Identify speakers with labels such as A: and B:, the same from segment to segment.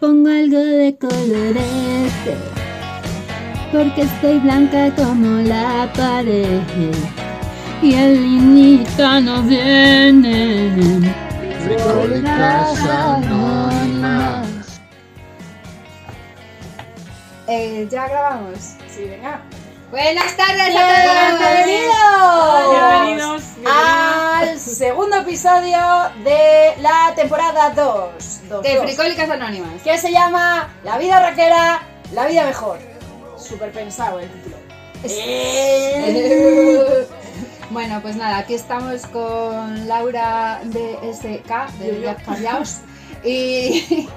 A: pongo algo de colorete, porque estoy blanca como la pared. Y el niñito no viene.
B: Frijoles casa, no hay más.
C: Eh, ya grabamos. Sí, venga.
D: Buenas tardes a
C: Buenas
D: todos.
C: tardes.
E: Bienvenidos.
C: Al segundo episodio de la temporada 2.
D: De Fricólicas Anónimas.
C: que se llama La vida raquera, la vida mejor. Super pensado el título.
B: Eh.
D: Bueno, pues nada, aquí estamos con Laura de SK, de Jack Callaos, y,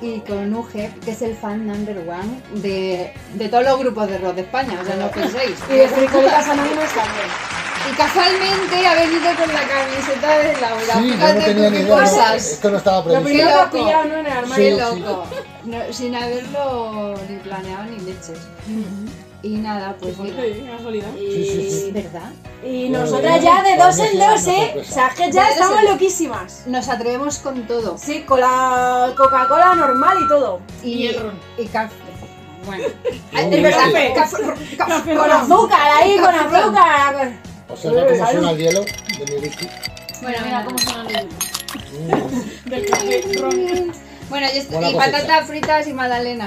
D: y con UGEP, que es el fan number one de, de todos los grupos de rock de España, o sea, no os penséis.
C: Y de Fricolicas Anónimas también.
D: Y casualmente ha venido con la camiseta de Laura.
B: Sí, yo
D: Fíjate
B: no
D: tú
B: tenía
D: qué
B: ni idea.
D: cosas.
B: Esto no estaba
C: Lo
B: previsto.
C: primero que ha
D: loco.
C: pillado ¿no? en el armario.
D: Qué
B: Sí,
D: loco. No, sin haberlo ni planeado ni leches. Y nada, pues mira.
E: ¿eh?
B: Sí, sí, sí.
C: Y-
D: ¿Verdad?
C: Y
B: Bueno,
C: nosotras
B: bien.
C: ya de dos en
B: Vamos
C: dos,
B: a
C: ¿eh?
B: hacer
C: O
B: cosas.
C: sea, que
D: De dos
C: ya
D: en
C: estamos
D: dos.
C: loquísimas.
D: Nos atrevemos con todo.
C: Sí, con la Coca-Cola normal y todo.
D: Y,
E: el ron.
D: y café. Bueno.
B: Ay,
D: es verdad.
B: café.
D: caf- caf-
E: Café
C: Con azúcar ahí, con azúcar.
B: O sea, no como suena el hielo de mi whisky.
D: Bueno, mira cómo
E: suena el
B: Mm.
E: del café ron.
D: Bueno, y, esto-
B: Buena
D: y
B: cosecha.
D: patatas fritas y magdalena.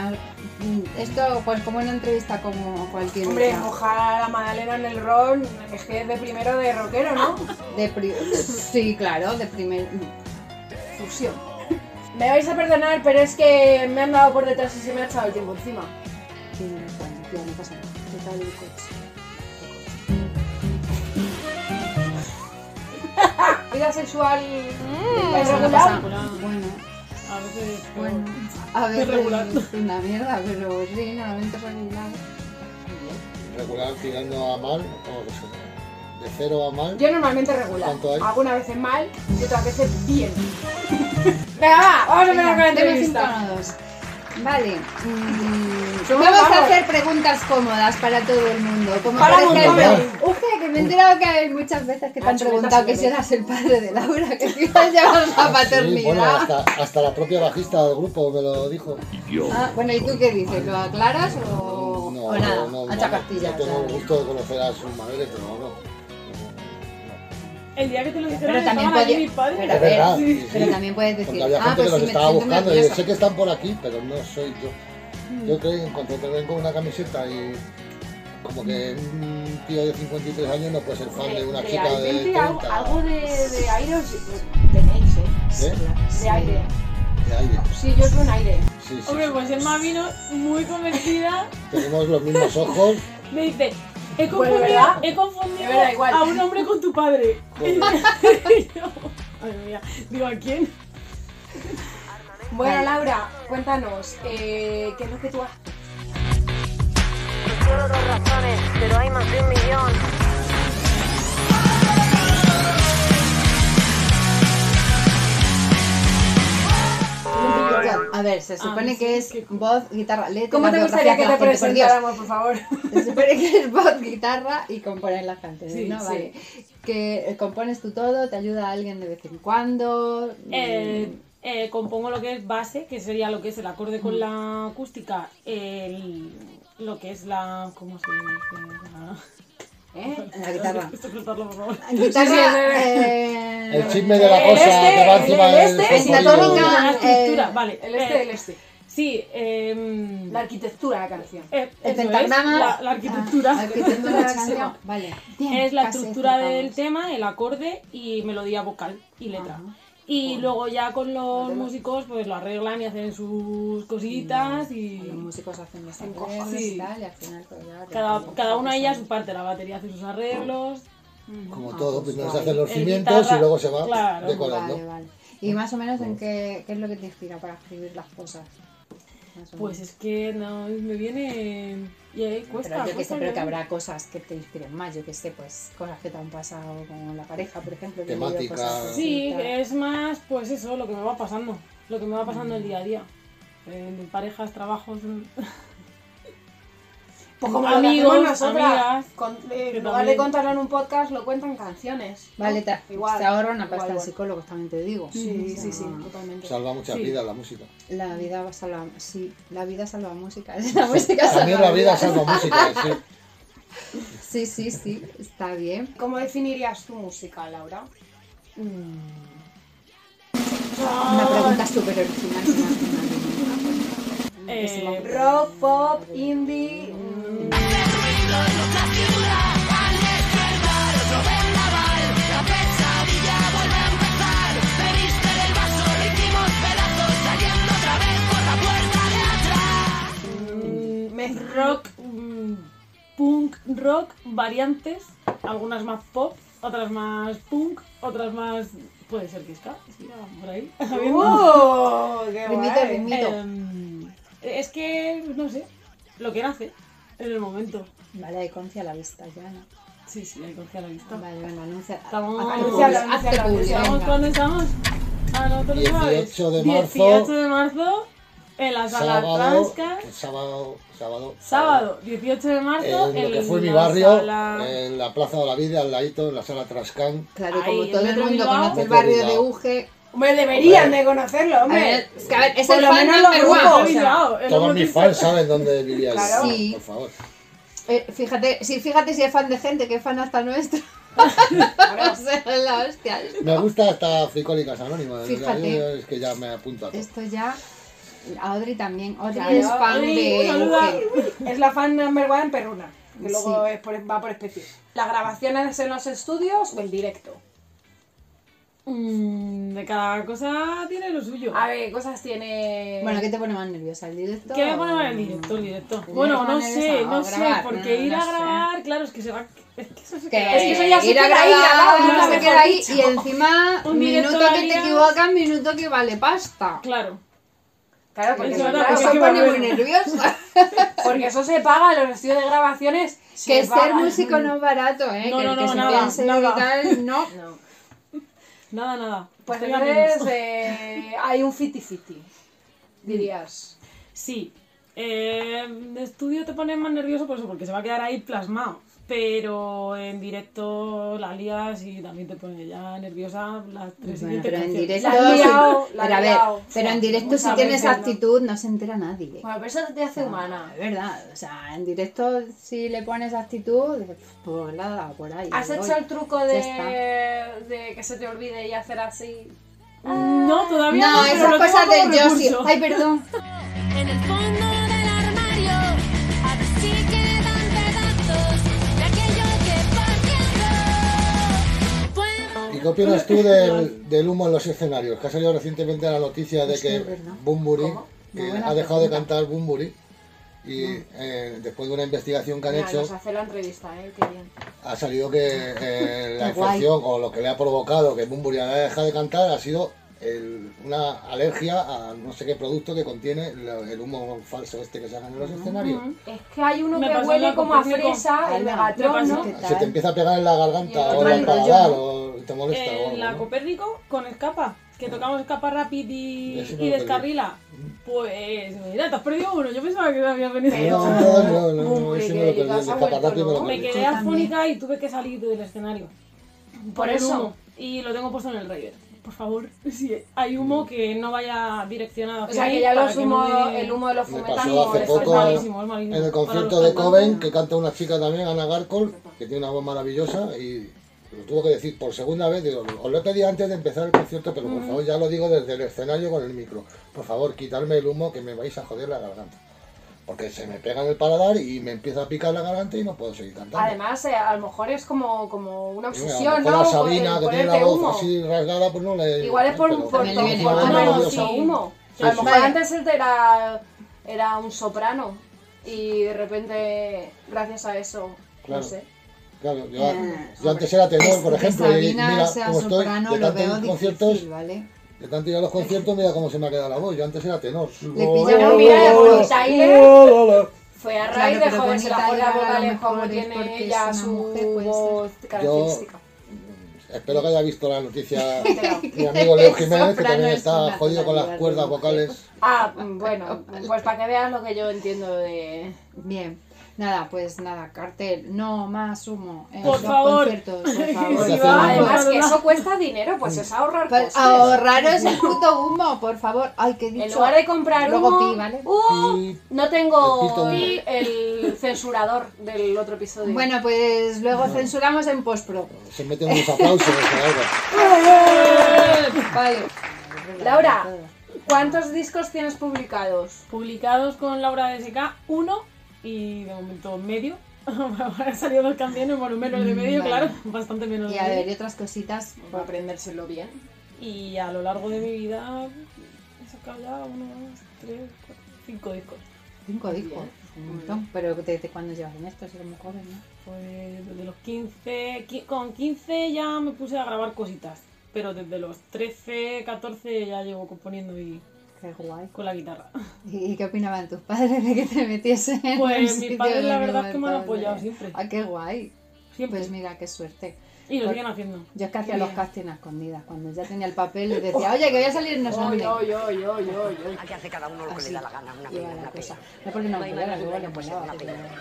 D: Mm, Esto, pues como una entrevista como cualquier
C: Hombre,
D: otra.
C: mojar la magdalena en el ron, es que es de primero de rockero, ¿no?
D: De pri- sí, claro, de primer... mm, Fusión.
C: Me vais a perdonar, pero es que me han dado por detrás y se me ha echado el tiempo encima.
D: Sí, mm, bueno, tío, no pasa nada. ¿Qué tal el coche?
C: Vida sexual es
D: Eso no
C: Mm. regular.
D: pasa nada. Bueno,
E: A veces.
D: bueno. A ver,
E: regular.
D: es una mierda, pero sí, normalmente es regular.
B: Regular tirando a mal o que sea. De cero a mal.
C: Yo normalmente regular.
B: ¿Cuánto hay?
C: Algunas veces mal y otras veces bien. Venga, va, vamos a empezar con
D: Venga,
C: la
D: deme cinco
C: entrevista.
D: nodos. Vale. mm,
C: Somos
D: vamos a
C: vagos.
D: hacer preguntas cómodas para todo el mundo. Como
C: Para
D: por
C: un
D: ejemplo,
B: momento.
D: Uf, que me he enterado que hay muchas veces que te
C: Ah,
D: han
C: chuletas,
D: preguntado que si
C: chuletas.
D: eras el padre de Laura, que si ibas llevando
B: Ah,
D: la
B: sí, bueno,
D: paternidad.
B: hasta, hasta la propia bajista del grupo me lo dijo.
D: Ah, bueno, ¿y tú qué dices? ¿Lo aclaras o,
B: No,
D: o nada?
B: no, no,
D: Hacha
B: no,
D: pastilla.
B: no
D: o
B: tengo el
D: sea.
B: gusto de conocer a sus madres, pero no. no.
E: El día que te lo dijeron,
D: Pero también
E: estaban allí
D: podía-
E: mis padres.
D: Pero a
B: Es
D: ver,
B: verdad.
E: sí.
B: sí,
D: Pero
B: sí.
D: también puedes decir,
B: Porque había
D: ah,
B: gente
D: pues
B: que
D: sí,
B: los
D: me
B: estaba
D: siento
B: buscando. Y yo,
D: nerviosa.
B: sé que están por aquí, pero no soy yo. Yo creo que en cuanto te ven con una camiseta y como que un tío de 53 años no puede ser fan de una chica de
C: Eh,
B: ¿Eh?
C: Realmente
B: 30.
C: algo, algo de, de aire os tenéis, ¿eh?
B: ¿eh?
C: De aire.
B: De aire.
C: Sí, yo soy un aire.
B: Sí, sí,
E: Hombre,
B: sí.
E: pues Emma vino muy convencida.
B: Tenemos los mismos ojos.
E: Me dice: He
C: Pues,
E: confundido,
C: ¿verdad?
E: he confundido
C: De verdad, igual.
E: a un hombre con tu padre.
B: Joder.
E: Y yo, Ay, mía. Digo, ¿a quién?
C: Bueno,
D: Vale.
C: Laura, cuéntanos, eh, ¿qué es lo que tú haces?
F: Solo dos razones, pero hay más de un millón.
D: Ya, A ver, se supone
E: sí,
D: que es
E: qué cool.
D: voz, guitarra, letra,
C: ¿Cómo te
D: biografía
C: gustaría que
D: de la
C: te
D: gente, por Dios.
C: presentáramos, por favor?
D: Se supone que es voz, guitarra y componer las canciones,
E: Sí,
D: ¿no?
E: sí.
D: Vale. Que eh, compones tú todo, te ayuda a alguien de vez en cuando. mm,
E: Eh, eh, compongo lo que es base, que sería lo que es el acorde con la acústica, el, lo que es la... ¿Cómo se dice? La-
C: ¿Eh?
D: la guitarra.
E: Esto cortarlo, por favor.
D: Guitarra,
C: sí, sí.
D: eh,
B: El chisme de la
C: El
B: cosa
C: este,
B: que va encima
C: el
B: del
C: este,
D: sin la
B: componente.
D: tónica.
E: La estructura,
D: eh,
E: vale.
C: El este,
E: Eh,
C: el este.
E: Sí,
D: Mm.
E: em,
C: La arquitectura de la canción.
D: el
E: eh, eso es,
D: pentagrama.
E: la, la arquitectura.
D: Ah, arquitectura de la canción.
C: Máximo.
D: Vale. Bien,
E: es la
D: casi
E: estructura
D: acertamos.
E: del tema, el acorde y melodía vocal y letra.
D: Ajá.
E: Y luego ya con los músicos pues lo arreglan y hacen sus
D: Mm,
E: cositas y...
D: Los músicos hacen los
C: Hacen
D: acordes
E: cosas.
D: y tal, y al final pues, ya te
E: Cada,
D: ponen
E: cada uno
D: cosas.
E: ella a su parte, la batería hace sus arreglos.
D: Mm.
B: Como todo, primero se
D: guay.
B: hacen los
E: El
B: cimientos
E: guitarra,
B: y luego se va
E: claro.
B: decorando.
D: Vale, vale. Y más o menos
B: Pues.
D: en qué, qué es lo que te inspira para escribir las cosas. Más o
E: Pues
D: menos.
E: es que no, me viene... Y ahí cuesta,
D: pero yo que
E: cuesta,
D: sé, pero que
E: ¿no?
D: habrá cosas que te inspiren más, yo que sé, pues cosas que te han pasado con la pareja, por ejemplo. que he leído
B: Temática.
D: cosas así,
E: Sí,
D: tal.
E: que es más pues eso, lo que me va pasando, lo que me va
D: Mm.
E: pasando el día a día. En parejas, trabajos...
C: Pues como
E: Amigos,
C: lo que hacemos nosotras.
E: amigas,
C: Con- eh,
E: que
C: en lugar de
E: también-
C: contarlo en un podcast, lo cuentan canciones. ¿no?
D: Vale, te,
C: igual.
D: te ahorra una pasta Ah.
C: igual,
D: de
C: igual.
D: psicólogos, también te digo.
C: Sí,
D: O
C: sí, sí,
D: sea,
C: totalmente.
B: Salva muchas
E: Sí.
B: vidas la música.
D: La vida va a salvar, sí, la vida salva música, la música
B: También
D: salva
B: la vida salva música, sí.
D: Sí, sí, sí, está bien.
C: ¿Cómo definirías tu música, Laura?
E: Mm.
D: Una pregunta súper original. se me hace una pregunta.
E: Eh,
D: Es una-
C: Rock, pop, indie. mm, mm, mez-
E: rock, mm, punk rock, variantes, algunas más pop, otras más punk, otras más... Puede ser que ska, es que ya por ahí.
C: ¡Oh! ¡Qué
D: Rimito,
C: guay!
D: rimito.
E: Em, es que, no sé, lo que nace en el momento.
D: Vale, hay concia a la vista ya, ¿no?
E: Sí, sí, hay que a la vista.
D: Vale, venga, anuncia.
E: Estamos-
D: hazte
E: Anuncialo,
D: publi, hazte
C: anuncialo,
D: publi,
E: ¿Estamos
D: venga.
E: cuándo estamos? Ah, no, tú lo sabes.
B: 18 de marzo.
E: 18 de marzo en la sala
B: Sábado,
E: Transca.
B: sábado, sábado.
E: Sábado, 18 de marzo
B: En lo que
E: en
B: fue mi
E: la
B: barrio, eh,
E: sala-
B: en la Plaza de la Vida, al ladito, en la sala Trascan.
D: Claro,
E: Ahí,
D: como
E: en
D: todo el
E: Metro
D: mundo
E: Bilbao.
D: conoce el
B: Metro
D: barrio de
B: Bilbao.
D: Uge.
C: Hombre, deberían de conocerlo,
D: A
C: hombre.
D: ver, es que a ver, es
C: Por
D: el
C: lo
D: fan
C: menos los
D: number one,
C: grupos,
D: o sea,
E: Cuidado, el
B: Todos
E: hombre
B: mis
E: que-
B: fans saben dónde vivía
C: Claro.
B: yo.
D: Sí.
B: Por favor.
D: eh, fíjate, sí, fíjate si es fan de gente, que es fan hasta nuestro. o sea, la hostia.
B: Me gusta hasta Fricólicas Anónimas. o sea,
D: Fíjate.
B: yo es que ya me apunto a todo.
D: Esto ya. A Audrey también. Audrey
C: Claro,
D: es fan
E: Audrey,
D: de
E: saluda.
D: Uge.
C: Es la fan number one perruna. Que luego
D: Sí.
C: es por- va por especies. ¿Las grabaciones en los estudios o el directo?
E: Mm, de cada cosa tiene lo suyo.
D: Ah,
C: A ver, ¿qué cosas tiene.
D: Bueno, ¿qué te pone más nerviosa? ¿El directo?
E: ¿Qué me
D: o-
E: pone mal el directo? El directo.
D: ¿Qué
E: Bueno,
D: me pone
E: no sé,
D: nerviosa?
E: no
D: O
E: sé,
D: grabar,
E: porque
D: no,
E: ir
D: no
E: a
D: sé.
E: grabar, claro, es que se va. Es que eso se
D: Que
E: queda- es que eso ya se
D: ir a
E: queda ahí
D: grabar,
E: grabado,
D: no
E: ya
D: se
E: se
D: queda ahí,
E: dicho.
D: y encima,
E: Un directo
D: minuto que te
E: harías.
D: equivocas, minuto que vale pasta.
E: Claro.
C: Claro, porque,
E: Eso
C: eso,
E: no,
C: claro,
E: porque
D: Eso
E: es que
D: me
E: va a
D: pone muy
E: haber-
D: nerviosa.
C: porque eso se paga, los estudios de grabaciones. se
D: que ser
C: pagan.
D: músico no es barato, ¿eh?
E: No,
D: que
E: no,
D: el que
E: no,
D: se
E: nada,
D: piense
E: nada.
D: dedicar, no.
C: No.
E: Nada, nada.
C: Pues
E: Estoy aprendiendo.
C: entonces eh, hay un fiti-fiti, dirías.
E: Sí. Eh, de estudio te pones más nervioso por eso, porque se va a quedar ahí plasmado. Pero en directo la lías y también te pone ya nerviosa las tres
D: Bueno,
E: siguientes
D: pero en
E: canciones.
D: directo,
C: La has liado,
D: sí.
C: la has
D: pero a ver,
C: liado.
D: pero en directo si
C: Muchas
D: tienes
C: veces, ¿no?
D: actitud no se entera nadie.
C: Bueno, pero eso te hace humana.
D: Es verdad, o sea, en directo si le pones actitud, pues nada, por ahí.
C: ¿Has
D: voy.
C: hecho el truco
D: Ya
C: de,
D: está.
C: de que se te olvide y hacer así?
E: No, todavía no.
D: No,
E: pero
D: esas
E: lo tengo
D: cosas
E: como
D: del Josie.
E: recurso.
D: Ay, perdón.
G: En el fondo del armario, así quedan pedazos de aquello que partiendo puedo.
B: ¿Y qué opinas tú del, del humo en los escenarios? Que ha salido recientemente la noticia de
D: Hostia,
B: que
D: ¿verdad?
B: Bumburi
C: ¿Cómo?
B: que
D: Muy buena
B: ha dejado de
D: pregunta.
B: cantar Bumburi y eh, después de una investigación que han
C: Mira,
B: hecho
C: nos hace la entrevista, ¿eh? Qué bien.
B: ha salido que eh, la
D: Qué guay.
B: infección o lo que le ha provocado que Bumburi haya dejado de cantar ha sido el- una alergia a no sé qué producto que contiene la- el humo falso este que se haga en los escenarios.
C: Es que hay uno
E: Me
C: que
E: pasó
C: huele
E: la
C: como a
E: Copérnico.
C: fresa, el
D: Ala,
E: me
C: Megatron,
E: pasó.
C: ¿no?
D: ¿Qué
B: Se te
D: tal?
B: empieza a pegar en la garganta
C: Y
B: o en
D: mal
B: el
D: rollo,
B: paladar
D: ¿no?
B: o te molesta o algo,
E: En la
B: ¿no?
E: Copérnico con escapa, que tocamos escapa rápido y,
B: Eso no
E: y
B: lo
E: descarrila. Pues, mira, te has perdido uno. Yo pensaba que había venido.
B: No, no, no, no,
C: Bumburi,
B: eso
C: que
B: me lo perdí,
C: ya se ha
B: el
C: vuelto
B: escaparate me lo
C: loco.
E: Me
B: perdí.
E: quedé
D: Yo también.
E: afónica y tuve que salir del escenario.
C: Por
E: el
C: eso.
E: humo. Y lo tengo puesto en el rider. Por favor, si hay humo que no vaya
C: O
E: direccionado hacia
C: sea,
E: mí
C: que ya
E: para
C: los humo,
E: me-
C: el humo de los
B: Me
C: fumetas
B: pasó hace
E: es
B: poco
E: malísimo, es
B: en
E: malísimo.
B: el concierto
E: Para los
B: de Coven,
E: cantantes,
B: que canta una chica también, Ana Garcol, que tiene una voz maravillosa y lo tuvo que decir por segunda vez, digo, os lo pedí antes de empezar el concierto, pero
C: Mm.
B: por favor ya lo digo desde el escenario con el micro. Por favor, quitarme el humo que me vais a joder la garganta. Porque se me pega en el paladar y me empieza a picar la garganta y no puedo seguir cantando.
C: Además, eh, a lo mejor es como, como una
B: Y mira,
C: obsesión,
B: Eh, a lo mejor
C: ¿no?
B: la Sabina,
C: Por-
B: que
C: por
B: tiene
C: el
B: la
C: de
B: voz
C: humo.
B: así rasgada, pues no le...
C: Igual es por, por,
B: pero-
C: por,
D: También le viene
C: por
D: mal.
C: tono
D: Bueno,
C: nervioso
E: sí.
C: humo.
B: Sí,
C: a lo
B: sí.
C: mejor
B: Vale.
C: antes él era, era un soprano y de repente, gracias a eso,
B: Claro.
C: no sé.
B: Claro, yo,
D: Eh,
B: yo antes era tenor, por
D: Que
B: ejemplo, y
D: Sabina
B: mira
D: sea
B: cómo estoy,
D: soprano
B: de
D: lo
B: tantos
D: veo difícil,
B: conciertos...
D: ¿vale?
B: De tanto ir a los conciertos, mira cómo se me ha quedado la voz. Yo antes era tenor.
D: Le pilla
C: Bueno,
D: la pues,
C: mira,
D: voz.
C: Bonnie Tyler fue a
D: Claro,
C: raíz de
D: pero
C: joderse
D: Bonnie
C: las cuerdas
D: Tyler a lo
C: vocales
D: mejor
C: como
D: es
C: tiene
D: porque
C: ella
D: es
C: su
D: una mujer, puede ser.
C: voz característica.
B: Espero que haya visto la noticia
C: Pero-
B: mi amigo Leo Jiménez, que
D: Soprano
B: también
D: es
B: está
D: una
B: jodido con las
D: tonalidad
B: cuerdas
D: de
B: vocales.
C: Ah, bueno, pues para que veas lo que yo entiendo de...
D: Bien. Nada, pues nada, cartel, no más humo en los
E: Por favor.
D: conciertos, por favor.
E: Si
B: Gracias,
E: va,
B: Ana.
C: Además que
E: no, no.
C: eso cuesta dinero, pues es ahorrar
D: Pues
C: costes.
D: ahorraros el puto humo, por favor. Ay, qué he dicho.
C: En lugar de comprar
D: Luego
C: humo,
D: pi, ¿vale?
C: ¡uh!
B: Pi,
C: no tengo
B: repito,
C: el censurador del otro episodio.
D: Bueno, pues luego censuramos en postpro.
B: Se meten unos aplausos o algo.
D: Vale.
C: Laura, ¿cuántos discos tienes publicados?
E: Publicados con Laura de SK, uno y de momento medio. Han salido dos canciones, bueno, menos de medio,
D: Vale.
E: claro, bastante menos
D: Y
E: de
D: a ver,
E: medio.
D: y otras cositas.
C: Para aprendérselo bien.
E: Y a lo largo de mi vida he sacado ya uno, dos, tres, cuatro, cinco discos.
D: Cinco discos. Un montón. Pero desde cuándo llevas en esto, si eres muy joven, ¿no?
E: Pues desde los 15, qui- con 15 ya me puse a grabar cositas, pero desde los 13, 14 ya llevo componiendo y
D: Qué guay.
E: con la guitarra.
D: ¿Y qué opinaban tus padres de que te metiesen? en
E: Pues
D: un
E: mis
D: sitio
E: padres, la
D: donde
E: verdad,
D: no
E: que me han
D: estaban?
E: apoyado siempre.
D: Ah, qué guay.
E: Siempre.
D: Pues mira, qué suerte.
E: y lo siguen haciendo.
D: Yo es que hacía los castings a escondidas. Cuando ya tenía el papel, les decía, oye, que voy a salir en los
C: Oy,
D: nombres.
C: oy, oy, oy, oy, oy.
H: Aquí hace cada uno lo que
D: Así
H: le da la gana, una
D: iba
H: pena,
D: la
H: una
D: cosa.
H: pena.
D: No porque no
H: No hay
D: pudiera,
H: más
D: luego
H: remedio,
D: le
H: pues,
D: molaba.
H: una pena,
D: pero-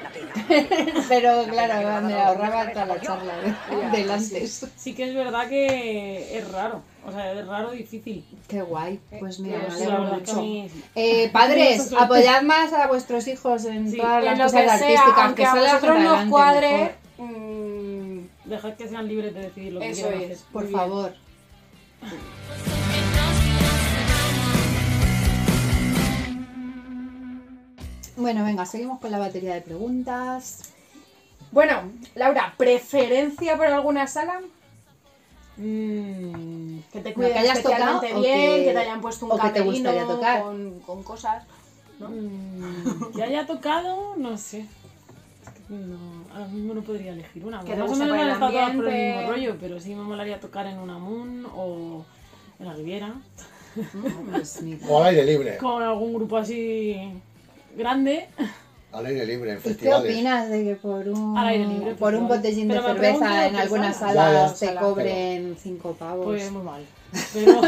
H: una pena.
D: Pero claro, me ahorraba hasta la charla de- del antes.
E: Sí que es verdad que es raro, o sea, es raro, difícil.
D: Qué guay. Pues mira, me
C: Pues
E: Sí, la
D: alegro
E: verdad que a
D: mucho.
E: mí-
D: Eh,
E: Eso
D: padres,
E: suerte.
D: apoyad más a vuestros hijos en
E: Sí,
D: todas las
C: En lo
D: cosas
C: que sea,
D: artísticas,
C: aunque
D: que
C: a
D: salgan
C: vosotros nos
D: adelante,
C: cuadre,
D: mejor.
C: mm,
E: Dejad que sean libres de decidir lo que
C: eso
E: quieran hacer.
C: es.
D: Por
C: Muy bien.
D: favor. Bueno, venga, seguimos con la batería de preguntas.
C: Bueno, Laura, ¿preferencia por alguna sala?
E: Mm,
C: Que te
D: cuiden
C: cuiden especialmente
D: especialmente
C: bien, que, te hayan puesto un
D: o que te
C: camerino
D: gustaría tocar.
C: Con, con cosas.
E: mm, que haya tocado, no sé. Es que No, ahora mismo no podría elegir una.
C: Que te
E: Más o
C: guste
E: menos
C: para
E: han
C: el
E: estado todas por el
C: ambiente.
E: mismo rollo, pero sí me molaría tocar en una Moon o en la Riviera.
D: Pues mira.
B: O al aire libre.
E: Con algún grupo así grande.
B: Al aire libre, en
D: ¿Y qué
B: festivales.
D: opinas de que por un,
E: Al aire libre,
D: por un
E: pues,
D: botellín de
E: pero me pregunto
D: cerveza en
E: qué
D: algunas
E: sala.
D: salas
B: Ya, ya,
D: te
C: sala,
D: cobren cinco pavos?
E: Pues muy mal. Pero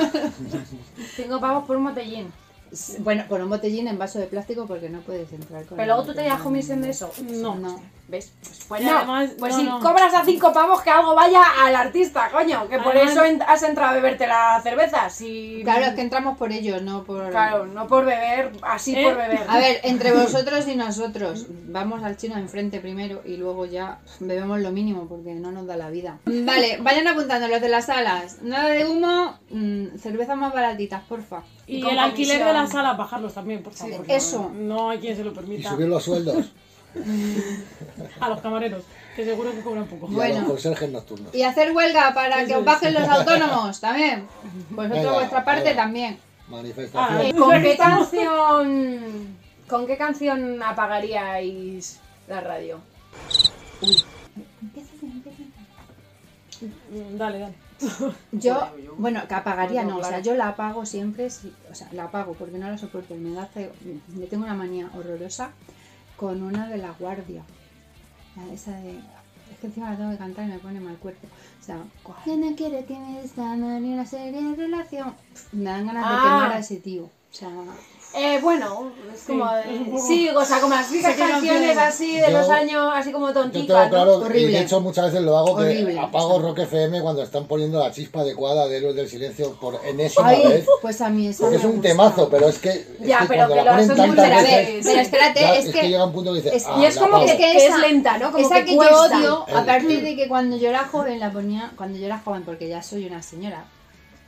C: Cinco pavos por un botellín.
D: S- Bueno, por un botellín en vaso de plástico porque no puedes entrar con
C: Pero
D: el
C: luego tú te
D: botellín.
C: das comisión de eso.
E: no.
D: No.
C: ¿Ves? Pues, pues
E: Y
C: no.
E: además,
C: pues
E: no,
C: si
E: no.
C: cobras a cinco pavos, que algo vaya al artista, coño. Que por
E: Además-
C: eso en- has entrado a beberte la cerveza. Si...
D: Claro, es que entramos por ellos, no por...
C: Claro, no por beber, así
E: Eh,
C: por beber.
D: A ver, entre vosotros y nosotros, vamos al chino enfrente primero y luego ya bebemos lo mínimo porque no nos da la vida. Vale, vayan apuntando los de las salas. Nada de humo, mm, cervezas más baratitas, porfa.
E: Y,
C: con
E: el alquiler
C: comisión.
E: de la sala, bajarlos también, por favor. porque
D: eso.
E: No hay quien se lo
B: Y
E: permita.
B: subir los sueldos.
E: A los camareros, que seguro que cobran poco.
B: Y
D: Bueno.
B: a los conserjes nocturnos.
D: Y hacer huelga para que os bajen los autónomos también. Vosotros
B: Venga,
D: vuestra parte
B: venga.
D: también.
B: Manifestación.
E: Ah,
C: Eh, ¿Con qué canción? ¿Con qué canción apagaríais la radio?
E: Mm, Dale, dale.
D: Yo, bueno, que apagaría
C: No,
D: no,
C: no,
D: o sea,
C: claro.
D: yo la apago siempre, si- o sea, la apago porque no la soporto, me da feo, me tengo una manía horrorosa con una de la guardia, La- esa de, es que encima la tengo que cantar y me pone mal cuerpo, o sea, ya no quiere que me desanarie una serie de relación, Pff, me dan ganas de
C: Ah.
D: quemar a ese tío, o sea,
C: Eh, bueno, es como.
E: es un
C: de-
E: poco-
C: Sí, o sea, como las típicas
E: Sé qué
C: canciones
E: canción.
C: así de
B: Yo-
C: los años, así como
B: Yo tengo
C: tonticas.
B: claro, y
D: Horrible.
B: de hecho muchas veces lo hago, que
D: Horrible.
B: apago Rock FM cuando están poniendo la chispa adecuada de Héroes del Silencio por enésima
D: ay,
B: vez.
D: pues a mí esa
B: Porque es
D: me
B: un
D: gusta.
B: temazo, pero es que, es
C: Ya,
B: que cuando
C: pero que
B: la
C: lo
B: ponen
C: asocies
D: Pero a
B: tantas
D: ver,
B: veces,
D: pero espérate,
B: ya,
D: es, que
B: llega un punto que dices,
D: es-
B: ah,
C: Y es
B: la
C: como
B: apago.
C: que,
D: Es que
C: que es
D: esa-
C: lenta, ¿no? Como
D: Esa
C: que,
D: que, yo
C: cuesta.
D: odio,
B: El-
D: a partir de que cuando yo era joven la ponía, cuando yo era joven, porque ya soy una señora,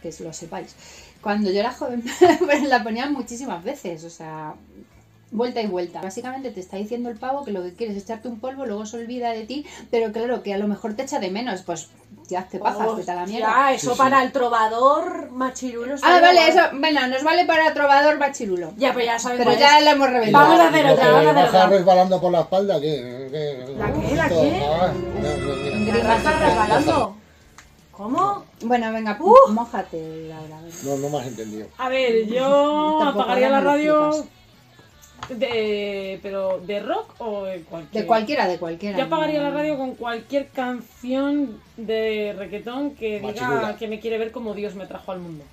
D: que lo sepáis, cuando yo era joven pues la ponían muchísimas veces, o sea, vuelta y vuelta. Básicamente te está diciendo el pavo que lo que quieres es echarte un polvo, luego se olvida de ti, pero claro, que a lo mejor te echa de menos, pues ya te pajas, vete a la mierda.
C: Ah, eso para el trovador machirulo.
D: Ah,
C: está
D: vale,
C: guay.
D: eso, bueno, nos vale para trovador bachirulo.
C: Ya, pero Pues ya sabes
D: Pero
C: cuál
D: ya
C: es.
D: lo hemos
B: Y
D: revelado.
C: Vamos a
B: lo-
C: hacer
B: y lo
C: otra,
B: que
C: vamos a hacer
B: baja
C: otra.
B: resbalando por la espalda, ¿qué?
C: ¿La qué, la qué? ¿Te rajas regalando? ¿Cómo?
D: Bueno, venga, mójate, Laura. venga.
B: No, no me has entendido.
E: A ver, yo
D: Tampoco
E: apagaría
D: ahora me
E: la
D: lo
E: radio
D: explicas.
E: de eh, pero de rock o de cualquier.
D: De cualquiera, de cualquiera.
E: Yo apagaría la
D: no.
E: radio con cualquier canción de reggaetón que diga
B: Machirula.
E: que me quiere ver como Dios me trajo al mundo.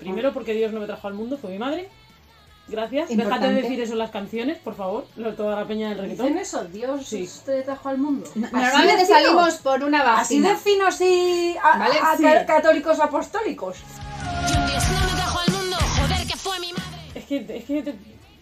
E: Primero porque Dios no me trajo al mundo, fue mi madre. Gracias.
D: Importante.
E: Déjate de decir eso en las canciones, por favor. Lo- Toda la peña del
C: ¿Dicen
E: reggaetón.
C: eso? Dios
E: Sí.
C: te trajo al mundo.
D: Normalmente
C: Así de fino.
D: salimos por una
C: Así
D: vacina.
C: de finos y a-
D: Vale,
C: a-
D: sí.
C: ca- católicos apostólicos.
G: Que un dios no me trajo al mundo, joder, que fue mi madre.
E: Es que, es que, te-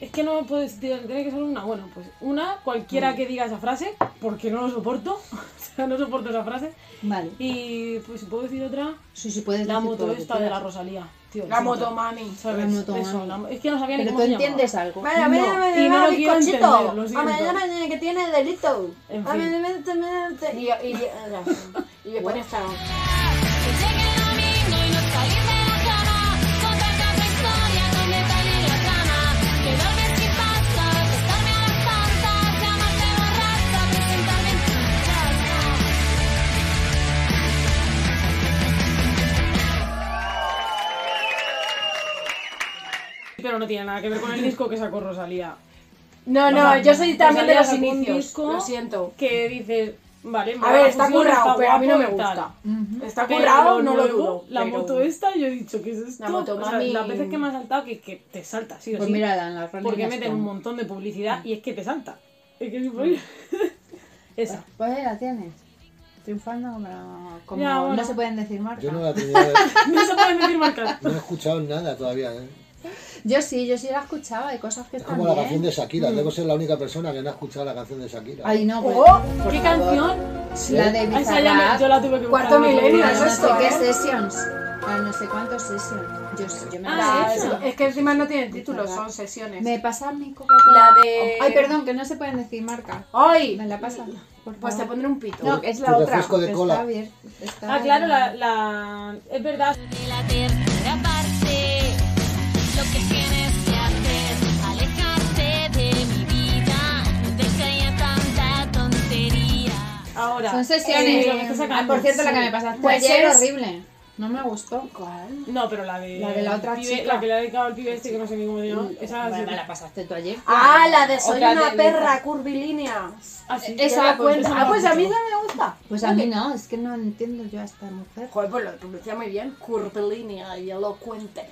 E: es que no puedes. te- Tiene que ser una. Bueno, pues una, cualquiera que diga esa frase, porque no lo soporto. o sea, no soporto esa frase.
D: Vale.
E: Y pues si puedo decir otra,
D: Sí, sí, puedes
E: la
D: decir todo
E: moto
D: lo que
E: esta de la
D: quieras.
E: Rosalía. Tío,
C: La
E: sí,
C: moto,
E: tío.
C: mami.
E: ¿Sabes?
D: La moto,
E: Eso,
D: mano.
E: la- es que no sabía ni
D: Pero tú
E: cómo se
D: entiendes
E: llamaba.
D: algo.
C: Vale,
E: No,
C: mira, mira,
E: y no
C: mira,
E: lo quiero
C: bizcochito.
E: entender, lo siento.
C: Ah, mira, mira, mira, que tiene delito.
E: En
C: Ah,
E: fin.
C: mira, mira, mira, mira, Y, y, y, y me pone esta.
G: Que llegue el domingo y nos salir de la cama. Contarte otra historia donde salir la cama. Que dormir sin pasta, acostarme a las tantas. Llamarte borracha, presentarme en tu casa.
E: Pero no tiene nada que ver con el disco que sacó Rosalía.
C: No, no,
E: Vale.
C: yo soy también de
E: Rosalía
C: los
E: sacó un
C: inicios.
E: disco
C: Lo siento.
E: Que dices, vale,
C: A
E: mola
C: ver,
E: la
C: está
E: fusión,
C: currado,
E: está
C: pero a mí no me
E: guapo y tal.
C: gusta. Está
E: Pero
C: currado, no lo
E: luego,
C: dudo.
E: La
C: pero-
E: moto esta, yo he dicho, ¿qué es esto?
C: La moto,
E: O sea,
C: mami.
E: las veces que me ha saltado, que, que te salta, sí o
D: Pues
E: sí.
D: mírala en la Rolling
E: porque
D: Stone.
E: meten un montón de
D: Mm.
E: publicidad y es que te salta. Es que es imposible. Esa.
D: Pues ahí la tienes. Triunfando como, como
E: Ya, bueno.
D: no se pueden decir marcas.
B: Yo
D: Yo,
B: no la tenía, no
E: No se pueden decir marcas.
B: he escuchado nada todavía. ¿eh?
D: sí, yo sí la escuchaba, hay cosas que
B: Es
D: están
B: como la canción
D: bien.
B: de
C: Mm.
B: Shakira. Debo ser la única persona que no ha escuchado la canción de Shakira.
D: Ay, no, pues,
C: ¡Oh!
D: por
E: ¿Qué
D: favor.
E: canción?
D: La de
E: Ah, Esa ya me-
D: Bizarrap.
E: yo la tuve que
C: Cuarto
E: buscar el otro
C: milenio,
E: día,
C: es
D: no
E: no
D: sé
C: esto,
D: qué
C: ¿eh?
D: sessions. A no sé cuántos sessions. Yo, sí- yo me
E: Ah,
D: la
C: La-
D: sé.
E: esa.
C: es que encima no tiene título,
D: Bizarrap.
C: son sesiones.
D: Me pasa mi Coca-Cola.
C: La de.
D: Ay, perdón, que no se pueden decir marca.
C: ¡Ay!
D: Me la pasa. Por
C: Pues te
D: favor.
C: pondré un pito.
D: No, es la
B: Tu
D: otra.
B: refresco de
D: que
B: cola.
D: Está abierta. está
E: Ah, claro,
D: en-
E: la, la... Es verdad.
G: de la tercera parte. Lo que tienes que hacer, alejarte de mi vida. No te caiga tanta tontería.
E: Ahora.
D: Son
E: eh,
D: sesiones.
E: lo que está
D: ah,
E: sacando.
D: por cierto, la que me pasaste
C: Pues
D: ayer
C: es-
D: horrible. No me gustó. ¿Cuál?
E: No, pero la de...
D: La de la otra
E: pibe-
D: chica.
E: La que le ha dedicado al pibe este que no sé ni cómo se llama. Esa sí.
D: Mm, me la pasaste tú ayer.
C: Ah, la de soy
D: Otra
C: una
D: de-
C: perra curvilínea.
E: Ah, sí.
D: Esa,
E: Ya la
D: pues,
E: cuento,
D: esa
E: esa
C: Ah,
E: no
C: pues
E: la
C: a mí
E: cuento.
C: no me gusta.
D: Pues a mí no, es que no entiendo yo a esta mujer.
C: Joder, pues lo pronuncia muy bien. Curvilínea y elocuente.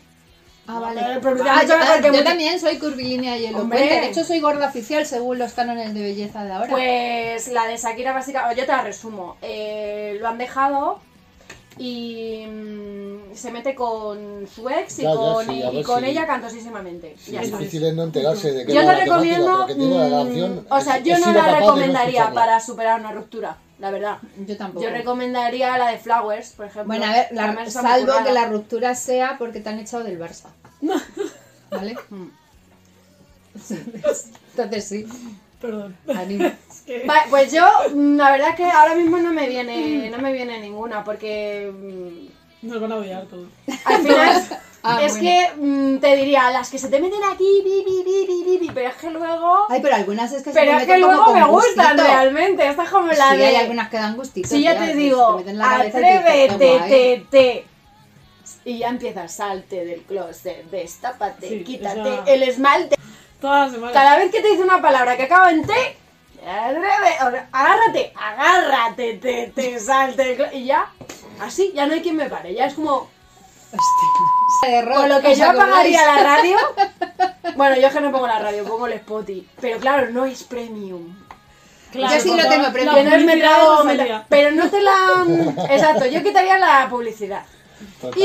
D: Ah, vale.
C: pero el problema-
D: Ah,
C: yo
D: yo,
C: me corté
D: yo
C: mucho.
D: también soy curvilínea y
C: Hombre.
D: elocuente. De hecho, soy gorda oficial según los cánones de belleza de ahora.
C: Pues la de Shakira básica, yo te la resumo. Eh, lo han dejado y mm, se mete con su ex y
B: Ya, ya,
C: con,
B: sí, a
C: y
B: ver
C: con
B: si-
C: ella cantosísimamente.
B: Sí,
C: Ya
B: es
C: está.
B: difícil es no enterarse de que
C: Yo
B: no
C: no
B: la
C: recomiendo,
B: que tiene la
C: mm,
B: canción,
C: o sea,
B: es-
C: yo
B: es
C: no
B: incapaz de
C: la
B: no
C: recomendaría
B: escucharla.
C: para superar una ruptura, la verdad.
D: yo tampoco.
C: Yo recomendaría la de Flowers, por ejemplo.
D: Bueno, a ver, la-
C: Además, está muy
D: salvo
C: currada.
D: que la ruptura sea porque te han echado del Barça. ¿Vale?
C: Mm.
D: Entonces sí,
E: Perdón.
D: animo.
C: Va- Pues yo, mm, la verdad que ahora mismo no me viene, no me viene ninguna, porque mm,
E: Nos van a odiar todos.
C: Al final,
D: Ah,
C: es
D: bueno.
C: que mm, te diría, las que se te meten aquí, bi, bi, bi, bi, bi, bi, pero es que luego.
D: Ay, pero algunas es que se
C: pero
D: me
C: es que
D: meten como
C: luego
D: con
C: me gustan
D: gustito. Pues
C: realmente. Esta es como la
D: Sí,
C: de.
D: hay algunas que dan gustito.
C: si yo
D: tía,
C: te
D: que se
C: digo,
D: meten en la cabeza y dices, qué
C: atrévete,
D: guay.
C: te, te. Y ya empiezas, salte del closet, destápate,
E: Sí,
C: quítate
E: esa-
C: el esmalte.
E: Todas las semanas.
C: Cada vez que te dice una palabra que acaba en T, atrévete, o sea, agárrate, agárrate, te, te, salte del closet. Y ya, así, ya no hay quien me pare. Ya es como.
D: Hostia, de rock,
C: Con lo que
D: ¿os
C: yo
D: acordáis?
C: apagaría la radio. Bueno, yo es que no pongo la radio, pongo el Spotify. Pero claro, no es premium.
E: Claro,
D: Yo sí lo
E: todas-
D: tengo, pero
E: la
C: Que no es
E: publicidad
C: metrado.
E: no salía.
C: meta- Pero no te la. mm, Exacto, yo quitaría la publicidad.
B: Total.
C: Y.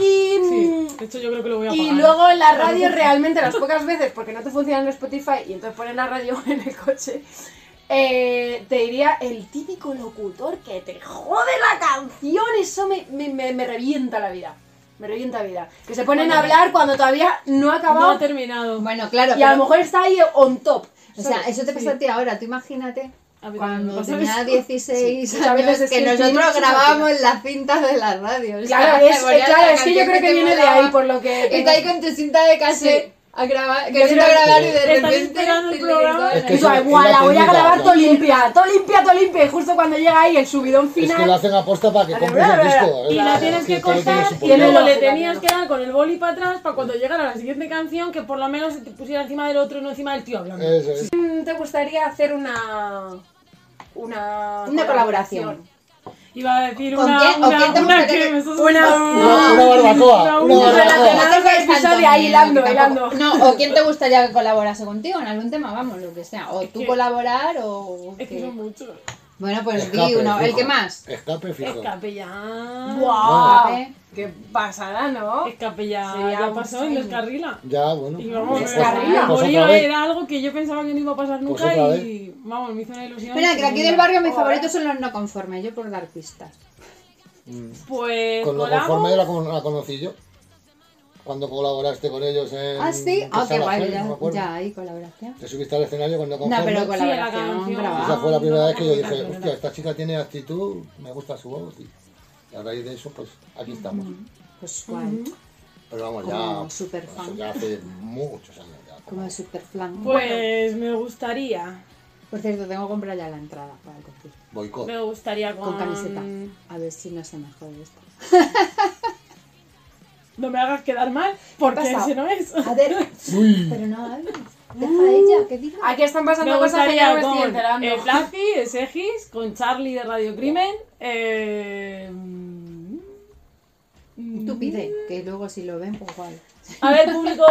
C: y mm,
E: Sí, de hecho yo creo que lo voy a pagar.
C: y luego la radio realmente las pocas veces porque no te funciona en Spotify y entonces pones la radio en el coche eh, te diría el típico locutor que te jode la canción eso me, me- me- me revienta la vida me revienta la vida que se ponen a hablar cuando todavía no ha
E: No
C: acabado
E: ha terminado.
D: Bueno, claro.
C: y a lo
D: pero-
C: mejor está ahí on top
D: O sea, eso te pasa a ti ahora, tú imagínate.
E: A mí también me
D: Cuando
E: pasa
D: tenía
E: eso.
D: 16
C: Sí, muchas
D: años,
C: veces es
D: que
C: que
D: nosotros
C: escribimos
D: grabábamos las cintas de las radios.
C: claro es, eh, claro, es que yo creo que viene de ahí por lo que
D: Está ahí con tu cinta de cassette, a grabar, queriendo
C: creo que-
D: grabar y de
E: Estás
D: repente...
E: esperando el
D: te
E: programa.
D: levantas.
B: Es que
C: Y tú,
B: eso-
C: "Ay, guau,
B: es la
C: la voy a
B: técnica,
C: grabar
B: ¿no?
C: todo limpia, todo limpia, todo limpia. Y justo cuando llega ahí el subidón
B: Es que lo
C: final,
B: hacen aposta para que
C: Vale,
B: compres el
C: bla, bla, bla.
B: disco.
E: Y
B: Es-
E: la
B: es
E: tienes que
B: todo tiene
E: cortar
B: su
E: y
B: porqué.
E: luego
C: lógica,
E: le tenías
C: ¿no?
E: que dar con el boli para atrás para cuando llegara la siguiente canción que por lo menos te pusiera encima del otro y no encima del tío hablando.
B: Eso es.
C: ¿te gustaría hacer una. una.
D: Una colaboración.
E: Iba a decir
D: ¿Con
E: una,
D: quién- o
E: una,
D: quién te
E: una
D: gustaría
E: que
D: que-
E: me estás
C: una-
E: asustando.
B: Una- una barbacoa, una
E: una
B: barbacoa.
E: relacionada
D: No te
E: con
D: hagas tanto, también,
C: ahí hilando,
D: que tampoco-
C: hilando.
D: No, o quién te gustaría que colaborase contigo en algún tema, vamos, lo que sea. O tú
E: que-
D: colaborar o.
E: Es que
D: que-
E: son muchos.
D: Bueno, pues di
B: Escape,
D: uno. ¿El
B: fijo.
D: que más?
B: Escape fijo.
E: Escape ya.
C: ¡Guau!
D: ¿Eh?
C: Ah, ¡Qué pasada, no!
E: Escape ya.
C: Sería
E: ya
C: un
E: pasó y
C: sueño.
E: descarrila.
B: Ya, bueno.
E: Y vamos,
B: pues-
C: Descarrila.
B: pues
E: moría
B: otra vez.
E: era algo que yo pensaba que no iba a pasar
B: Pues
E: nunca
B: otra
E: y vamos, me hizo una ilusión.
D: Mira, que aquí del
E: tremenda.
D: barrio mis
C: Hola.
D: favoritos son los no conformes, yo por dar pistas.
E: Pues
B: Con lo
E: colamos.
B: conforme la, con- la conocí yo. Cuando colaboraste con ellos en.
D: Ah, sí. Ah, qué
B: Sala
D: guay,
B: Cel,
D: ya,
B: no me acuerdo.
D: ya, ahí colaboración.
B: Te subiste al escenario con No
D: No,
B: Conforme.
D: pero Ah,
E: Sí, la
D: colaboración,
E: canción.
D: brava.
B: Esa fue la primera
E: No,
B: vez que yo
E: no,
B: dije,
E: no, no.
B: hostia, esta chica tiene actitud, me gusta su voz. Y y a raíz de eso, pues aquí estamos.
D: Pues guay,
B: Pero vamos,
D: Como
B: ya. pues,
D: superfan.
B: eso ya hace muchos años ya.
D: como super flan.
E: Pues me gustaría.
D: Por cierto, tengo que comprar ya la entrada para el concierto.
B: Boicot.
E: Me gustaría con.
D: Con camiseta. A ver si no se me jode esto.
E: No me hagas quedar mal, porque
D: ¿Qué pasa?
E: ese no es.
D: A ver, pero no hables.
B: Mm.
D: Deja a ella, que diga.
C: Aquí están
E: Me
C: pasando cosas que ya
E: gustaría
C: me estoy
E: con
C: enterando.
E: eh, Flaffy de Segis, con Charlie de Radio Crimen. Eh, mm,
D: Tú pide, que luego si lo ven, pues guay.
E: a ver, público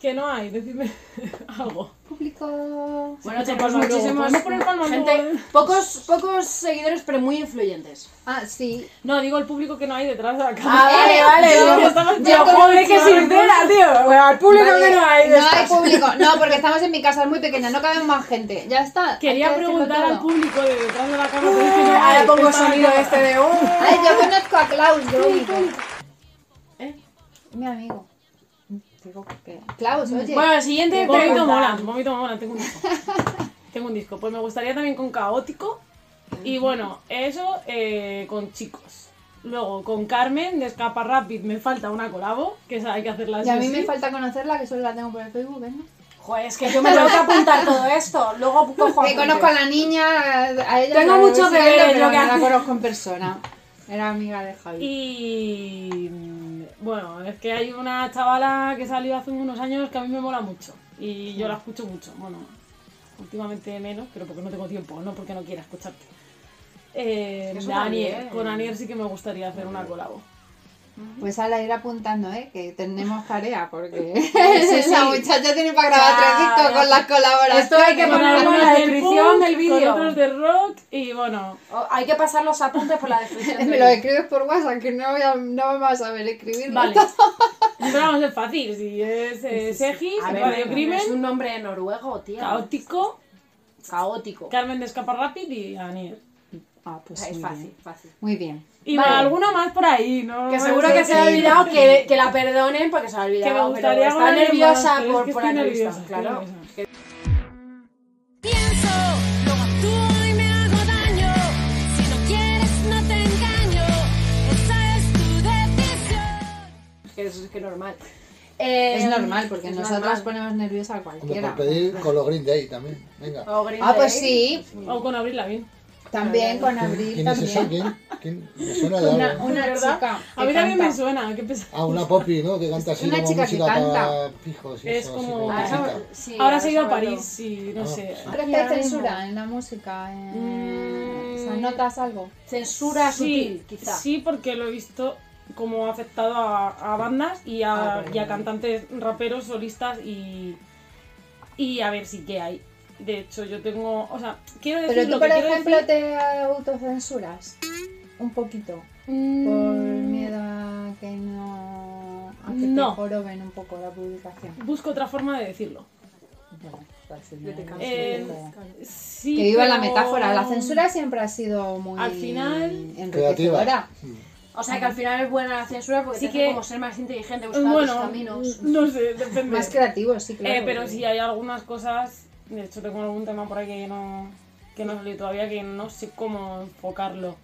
E: que no hay, decidme algo.
D: Público.
C: Bueno,
E: Escucha,
C: tenemos
E: palmas luego,
C: muchísimos
E: podemos poner palmas
C: gente,
E: luego, ¿eh?
C: pocos, pocos seguidores, pero muy influyentes.
D: Ah, sí. Eh,
E: No, digo el público que no hay detrás de la cámara.
C: Ah, vale,
E: yo-
C: vale.
E: yo
C: Yo,
E: estaba
C: yo
E: esperando
C: joder,
E: que
C: que
E: fuera.
C: sincera, tío. Bueno, al público
D: Vale,
C: que no hay.
D: no hay
C: estás-
D: público. No, porque estamos en mi casa, es muy pequeña, no cabe más gente. Ya está. hay
E: Quería
D: que decirlo
E: preguntar al
D: todo.
E: público de detrás de la cámara. pero es que no hay,
C: Ahora pongo
E: está la
C: sonido
E: cámara.
C: este de un.
D: Ay, yo conozco a Klaus, yo ¿Eh? Mi amigo. Digo que... Klaus, oye.
C: Bueno, el siguiente
E: Vómito mola,
C: pregunta.
E: vómito mola, tengo un disco. tengo un disco. Pues me gustaría también con Caótico. Y bueno, eso eh, con chicos. Luego con Carmen de Escapa Rapid me falta una colabo, que esa hay que hacerla
D: y a
E: sí o
D: mí me
E: sí.
D: falta conocerla, que solo la tengo por el Facebook, ¿eh?
C: Joder, es que yo me tengo que apuntar todo esto. Luego cojo
D: Me
C: apuntes.
D: conozco a la niña, a ella.
C: Tengo
D: la
C: muchos
D: siento,
C: deberes,
D: pero
C: lo que
D: no la
C: hace.
D: conozco en persona. Era amiga de Javi.
E: Y mm, bueno, es que hay una chavala que salió hace unos años que a mí me mola mucho. Y yo la escucho mucho. Bueno, últimamente menos, pero porque no tengo tiempo, no porque no quiera escucharte. Eh,
C: Es que eso
E: de Anier.
C: también.
E: Con Anier sí que me gustaría hacer una colabo.
D: Pues a la ir apuntando, ¿eh? Que tenemos tarea, porque
C: sí, sí.
D: la muchacha tiene para grabar
C: Ya,
D: tres discos
C: ya.
D: con las colaboraciones.
C: Esto hay que
E: Con
C: ponerlo en
E: algunos
C: la
E: del
C: descripción
E: punk,
C: del vídeo.
E: Con otros de rock y bueno,
C: O- Hay que pasar los apuntes por la descripción. del
D: Me lo
C: vídeo.
D: escribes por WhatsApp, que no, voy a, no vas a saber escribirlo.
E: vale. Pero vamos, es fácil. Si es eh, Segis,
C: A ver,
E: Radio
C: no,
E: Crimen,
C: Es un nombre noruego, tío.
E: Caótico,
C: Caótico.
E: Carmen de Escapa Rapid y Anier.
D: Ah,
C: O
D: pues
C: sea, es
D: muy
C: fácil,
D: bien.
C: fácil.
D: Muy bien.
E: Y
C: Vale.
E: alguno más por ahí, ¿no?
C: Que
E: No
C: seguro
E: sé.
C: que se ha olvidado que, que la perdonen porque se ha olvidado.
E: Que me gustaría
C: pero
E: con
C: está
E: alguien más,
C: nerviosa
E: pero es
C: por,
E: que
C: por la
E: estoy
C: entrevista.
E: nerviosa,
C: claro.
E: estoy nerviosa.
C: Que-
G: Pienso, luego actúo y me hago daño. Si no quieres, no te engaño. Esa es tu decisión.
C: que es que es normal. Eh,
D: Em, es normal, porque
C: es
D: nosotras
C: normal.
D: ponemos nerviosa a
B: Hombre,
D: cualquiera.
B: por pedir con los Green Day también. Venga.
C: O Green
D: Ah, pues
C: Day.
D: sí.
E: O con Abril Lavín.
D: También con Abril
B: ¿Quién es esa?
D: también.
B: ¿Quién? ¿Quién? Me suena de
D: Una,
B: algo.
D: una
E: ¿Verdad?
D: chica.
E: A mí
D: que
E: también
D: canta.
E: me suena, qué pesado.
B: Ah, una poppy, ¿no? Que canta así
D: Una
B: como
D: chica que
B: música para
D: canta.
B: fijos. y
E: Es
B: eso,
E: como-
B: así musiquita.
E: Ah,
C: Ahora- sí,
E: Ahora se ha
C: ahora
E: ido a
C: sobre
E: París y no
B: Ah,
E: sé.
B: sí.
D: ¿Crees
C: Aquí
D: que hay
C: ahora mismo.
D: censura en la música? en-
E: Mm.
D: O sea, ¿Notas algo?
C: todo. Censura
E: sí,
C: sutil, quizá.
E: sí, porque lo he visto como ha afectado a, a bandas y a,
D: Ah, bueno.
E: y a cantantes, raperos, solistas y, y a ver si qué hay. De hecho, yo tengo, o sea, quiero decir
D: Pero tú,
E: lo que
D: por
E: quiero
D: ejemplo,
E: decir-
D: te autocensuras un poquito por
E: Mm,
D: miedo a que no a que
E: No.
D: te joroben un poco la publicación.
E: Busco otra forma de decirlo.
D: Bueno, pues al
C: Yo te
D: final
C: canso,
E: Eh,
D: es
C: yo te
D: todo.
C: canso.
E: Sí,
D: que viva la
E: pero-
D: metáfora. La censura siempre ha sido muy
E: Al final-
D: enriquecedora.
C: O sea que al final es buena la censura porque
E: Sí
C: te hace
E: que-
C: como ser más inteligente, buscar otros
E: Bueno,
C: caminos.
E: no sé, depende.
D: Más creativo, sí, claro.
E: Eh, pero
D: porque-
E: sí hay algunas cosas, de hecho tengo algún tema por ahí que no, que no salió todavía, que no sé cómo enfocarlo.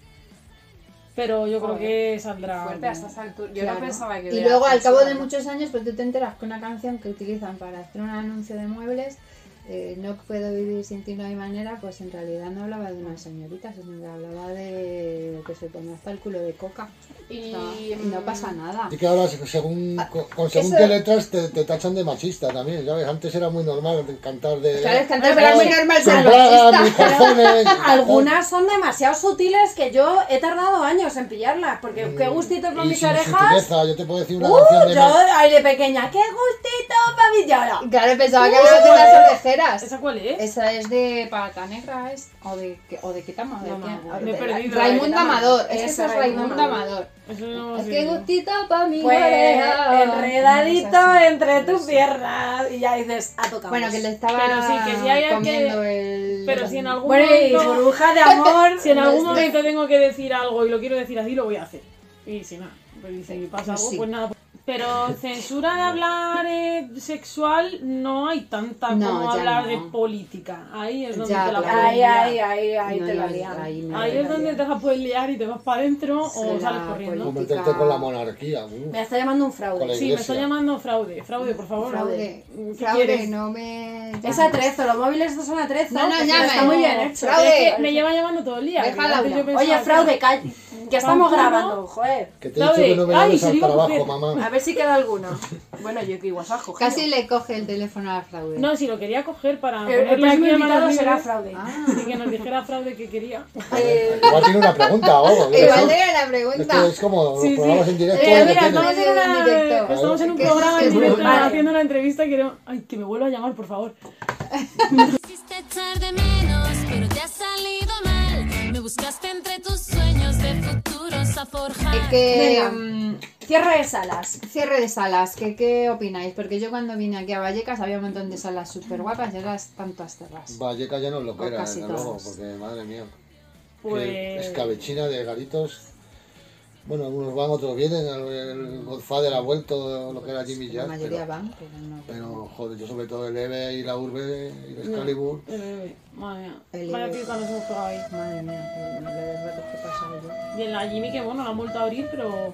E: Pero yo creo
C: Joder,
E: que saldrá.
C: Fuerte
E: algo.
C: hasta esa altura. Yo
D: Claro.
C: no pensaba que
D: Y
C: hubiera
D: luego al cabo
C: censura,
D: de
C: ¿no?
D: muchos años, pues tú te enteras que una canción que utilizan para hacer un anuncio de muebles eh, no puedo vivir sin ti, no hay manera, pues en realidad no hablaba de una señorita, sino que hablaba de que se ponía hasta el culo de coca.
C: Y,
D: No, y mm, no pasa nada.
B: Y que ahora, según, con, con según
D: Ah, eso-
B: qué letras, te, te tachan de machista también, ¿sabes? Antes era muy normal cantar de...
D: Claro, es que antes
C: Pero
D: era muy
C: es-
D: normal
B: con
D: ser
B: bragas,
D: machista.
B: mis cojones,
C: Algunas son demasiado sutiles que yo he tardado años en pillarlas, porque qué gustito
B: Eh, Y
C: para mis
B: sin
C: orejas.
B: sutileza, yo te puedo decir una canción
C: ¡Uh!
B: de...
C: Yo, ay, de pequeña, qué gustito para mis lloros.
D: Claro, pensaba que había sido las orejeras.
E: ¿Esa cuál es?
D: Uh. Esa es de Pata Negra, es, o de, que- o de Quitama, de
E: No me
D: quién,
E: acuerdo.
D: de-
E: Me he
D: de-
E: perdido.
D: Raimundo Amador, es
C: Esa
D: que esa es
C: Raimundo
D: Raimundo Amador.
E: Eso no
D: Es
E: sé.
D: que gustito pa' mi
C: Pues
D: oreja. Es
C: enredadito
D: así.
C: entre tus piernas y ya dices, a tocado.
D: Bueno, que le estaba
E: Pero sí, que sí hay que-
D: comiendo el...
E: Pero si en algún
C: Bueno, y
E: momento,
C: burbuja de amor.
E: si en algún
D: no estoy-
E: momento tengo que decir algo y lo quiero decir así, lo voy a hacer. Y si nada, pues, y si pasa
D: pues
E: algo,
D: sí.
E: pues nada. Pero censura de hablar eh, sexual no hay tanta
D: No,
E: como
D: ya
E: hablar
D: no.
E: de política. Ahí es donde
D: Ya,
E: te la
D: claro.
E: puedes
C: Ahí,
E: liar.
C: ahí, ahí, ahí
D: No,
C: te
D: no,
C: la
D: ahí-
C: liaron.
D: ahí no,
E: Ahí
D: ahí
E: es donde te
D: no.
E: la puedes liar y te vas para adentro o
D: Será
E: sales corriendo.
B: O meterte con la monarquía. uh.
C: Me está llamando un fraude.
B: Con
E: Sí, me
B: iglesia.
E: está llamando fraude. Fraude, por favor.
D: Fraude,
E: ¿Qué
D: fraude,
E: quieres?
D: no me...
C: Es atrezo, los móviles estos son atrezo.
D: No, no,
C: pero
D: llama,
C: Está muy
D: no.
C: bien hecho.
D: Fraude.
E: Es que me lleva llamando todo el día.
D: Deja
E: que antes
D: Laura.
E: yo pensaba
C: Oye,
E: que-
C: fraude, calla. Ya estamos
E: Pamplona.
C: grabando, joder.
B: Que te he dicho que no me
E: Ay,
B: vayas
E: se iba
B: para
E: a
B: abajo,
E: coger.
C: A
B: mamá.
C: ver si queda alguno. Bueno, yo que igual abajo.
D: Casi le coge el teléfono a fraude.
E: No, si lo quería coger para
C: El, el
E: ponerle
C: próximo
E: aquí
C: Eh,
E: a
C: pues invitado
E: manos
C: será
E: libres
C: fraude.
D: Ah,
E: y que nos dijera fraude que quería.
B: Igual tiene una pregunta o algo. yo no
D: Eh, igual
B: sé.
D: era la
B: Esto
D: pregunta.
B: es como
E: Sí, sí.
B: los programas en directo.
D: Eh,
B: lo que
D: mira,
B: tiene.
D: no,
E: Estamos en, una-
D: en directo.
E: estamos en un
D: Que-
E: programa
D: que-
E: en directo
C: Vale.
E: haciendo una entrevista y queremos... Ay, que me vuelva a llamar, por favor.
G: Quisiste echar de menos, pero te ha salido mal. Me buscaste entre tus sueños de futuros a forjar.
E: Ah,
D: Es que...
C: Venga.
D: mm,
C: Cierre de salas.
D: Cierre de salas, ¿qué, ¿qué opináis? Porque yo cuando vine aquí a Vallecas había un montón de salas súper guapas y ahora están todas cerradas.
B: Valleca ya no es lo que
D: O
B: era,
D: casi
B: desde luego,
D: todas.
B: porque madre mía. que
E: Pues...
B: Escabechina de garitos. Bueno, algunos van, otros vienen. El, el Godfather ha vuelto, lo que era Jimmy
D: la
B: Jazz.
D: mayoría
B: Pero,
D: van, pero no.
B: pero, joder, yo sobre todo el EVE y la Urbe y el Excalibur.
E: eh, Madre mía.
D: El-
E: Vaya fiesta nos hemos pegado ahí.
D: Madre mía, pero no le des ratos que he pasado yo.
E: Y en la Jimmy, que bueno, la han vuelto a abrir, pero...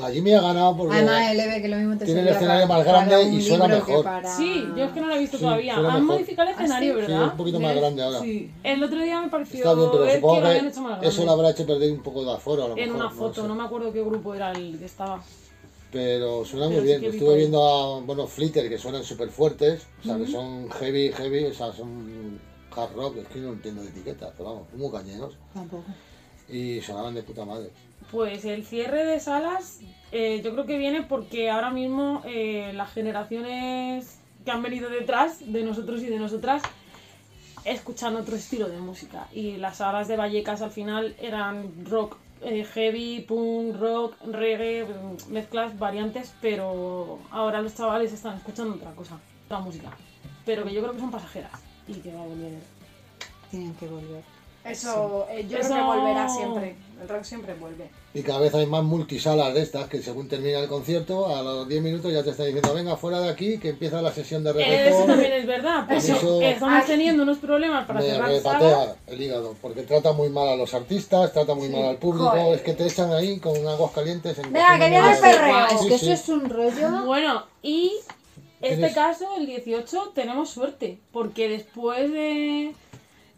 B: La Jimmy ha ganado porque.
D: Además, el EVE que lo mismo te
B: Tiene el
D: servía
B: escenario
D: para-
B: más grande
D: para un
B: y suena
D: libro que
B: mejor.
D: para-
E: Sí, yo es que no la he visto
B: Sí,
E: todavía. Han
B: suena mejor.
E: modificado el escenario,
B: Ah, sí,
E: ¿verdad?
B: es un poquito más
E: ¿Ves?
B: grande ahora.
E: Sí. El otro día me pareció
B: Está bien, pero
E: ver que lo
B: supongo
E: habían hecho más
B: que
E: grande.
B: eso le habrá hecho perder un poco de aforo, a lo
E: en
B: mejor,
E: una
B: no
E: foto,
B: sé.
E: no me acuerdo qué grupo era el que estaba.
B: Pero suena muy
E: Pero sí
B: bien.
E: que vi
B: Estuve
E: por ahí.
B: viendo a bueno, Flitter que suenan súper fuertes, o sea, que son heavy, heavy, o sea, son hard rock, es que no entiendo de etiquetas, pero vamos, muy cañeros.
D: Tampoco.
B: Y sonaban de puta madre.
E: Pues el cierre de salas eh, yo creo que viene porque ahora mismo eh, las generaciones que han venido detrás de nosotros y de nosotras escuchan otro estilo de música. Y las salas de Vallecas al final eran rock, eh, heavy, punk, rock, reggae, mm, mezclas, variantes, pero ahora los chavales están escuchando otra cosa, otra música. Pero que yo creo que son pasajeras y que va a volver.
D: Tienen que volver.
C: Eso, eh, yo
E: Eso-
C: creo que volverá siempre. El rock siempre vuelve.
B: Y cada vez hay más multisalas de estas que según termina el concierto, a los 10 minutos ya te están diciendo, venga, fuera de aquí, que empieza la sesión de
E: Eso
B: reggaetón.
E: también es verdad, pero
B: Eso-
E: estamos teniendo unos problemas para
B: me
E: cerrar salas.
B: repatea el hígado, porque trata muy mal a los artistas, trata muy mal al público,
C: Joder.
B: es que te echan ahí con aguas calientes. En
C: Venga, que viene el
B: cuestión de
C: perreo.
B: nada.
C: Es
B: Sí,
D: que
B: sí.
D: eso es un rollo.
E: Bueno, y este
B: Tienes-
E: caso, el 18, tenemos suerte, porque después de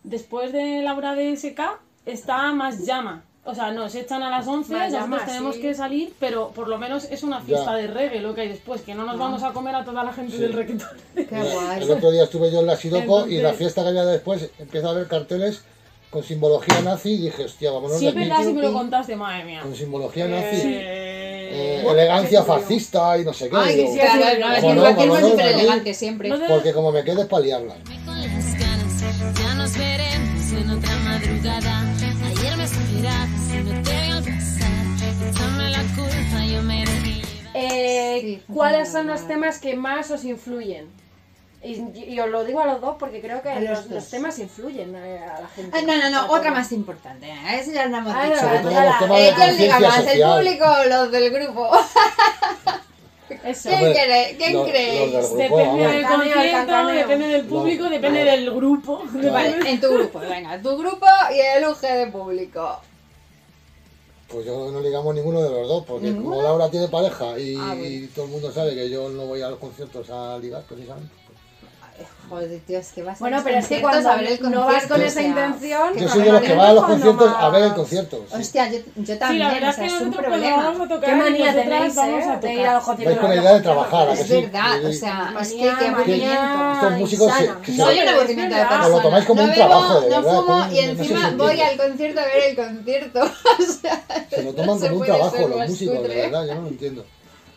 E: después de la hora de SK está más llama. O sea, nos echan a las 11,
C: Más
E: nosotros
C: llama,
E: tenemos
C: sí.
E: que salir, pero por lo menos es una fiesta de reggae lo que hay después, que no nos vamos a comer a toda la gente del reggaetón.
D: Qué guay.
B: El otro día estuve yo en la Siroco y
E: Entonces-
B: en la fiesta que había después empezó a ver carteles con simbología nazi y dije, hostia, vámonos
E: Si
B: de
E: es
B: aquí.
E: verdad, si me lo contaste, madre mía.
B: Con simbología nazi,
E: Eh,
B: eh, elegancia fascista y no sé qué.
D: Ay, que
B: digo,
D: sí, claro, no, es que
B: Manolo,
D: el vaquero es
B: Manolo,
D: súper
B: Manolo.
D: elegante siempre.
E: No te-
B: Porque como me quedes paliarla.
G: Dormí con las ganas, ya nos veremos en otra madrugada. Ayer me esperabas y no te vi al pasar. Échame la culpa, yo me dejé.
C: Eh,
D: Sí,
C: ¿Cuáles
D: funciona
C: son los
D: normal.
C: temas que más os influyen? Y, y os lo digo a los dos porque creo que
D: A
C: los,
D: los
C: los
D: dos.
C: temas influyen eh, a la gente.
D: Ah, no, no,
C: A
D: no,
C: todos.
D: otra más importante. A Eso ya lo hemos
C: Ah,
D: dicho.
B: Sobre
C: vale.
B: todo los
C: Manolo,
B: temas
D: Eh,
B: de
D: ¿Quién diga
B: conciencia
D: más, el
B: social.
D: público o los del grupo?
C: Eso.
D: ¿Quién,
B: Hombre,
D: cree- quién
B: los-
D: creéis?
B: los del grupo,
E: Depende
B: vamos.
E: del
C: Cancaneo,
E: concierto,
C: cancaneo.
E: depende del público, depende del grupo.
D: Vale, en tu grupo, venga, tu grupo y el UG de público.
B: Pues yo creo que no ligamos ninguno de los dos, porque como Laura tiene pareja y,
D: Ah, bueno. Ah,
B: y todo el mundo sabe que yo no voy a los conciertos a ligar precisamente. pues,
D: Joder, tío, es que vas a
C: Bueno,
D: los
C: pero es que
D: conciertos
C: cuando
D: a ver el
C: no vas
D: concierto,
C: con
D: o
C: esa
D: sea,
C: intención...
B: Yo soy de los que va a los conciertos a ver el concierto. sí.
D: Hostia, yo, yo
E: Sí,
D: también,
E: la verdad
D: o sea,
E: es
D: es
E: que
D: un
E: nosotros cuando
D: problema.
E: pues, vamos a tocar,
C: Qué manía
E: nosotras
C: tenéis,
E: vamos
C: ¿eh?
E: a
C: De ir a
E: tocar.
C: los conciertos.
B: Vais con la idea de trabajar, ¿a que
D: Es
B: sí?
D: verdad, o sea, es que
C: Manía,
D: qué
C: manía.
D: aburrimiento.
B: Estos músicos se-
C: insana.
B: que se-
D: Soy un aburrimiento de
E: es verdad.
D: persona.
E: Os
B: lo tomáis como
D: no
B: un
D: bebo,
B: trabajo, de
D: no
B: verdad,
D: fumo
B: como-
D: y
B: no sé
D: encima
B: si
D: voy
B: entiendo.
D: al concierto a ver el concierto. O sea,
B: se lo toman
D: no se
B: como un
D: puede
B: trabajo
D: ser
B: los
D: más
B: músicos, de
D: cutre.
B: verdad, yo no lo entiendo.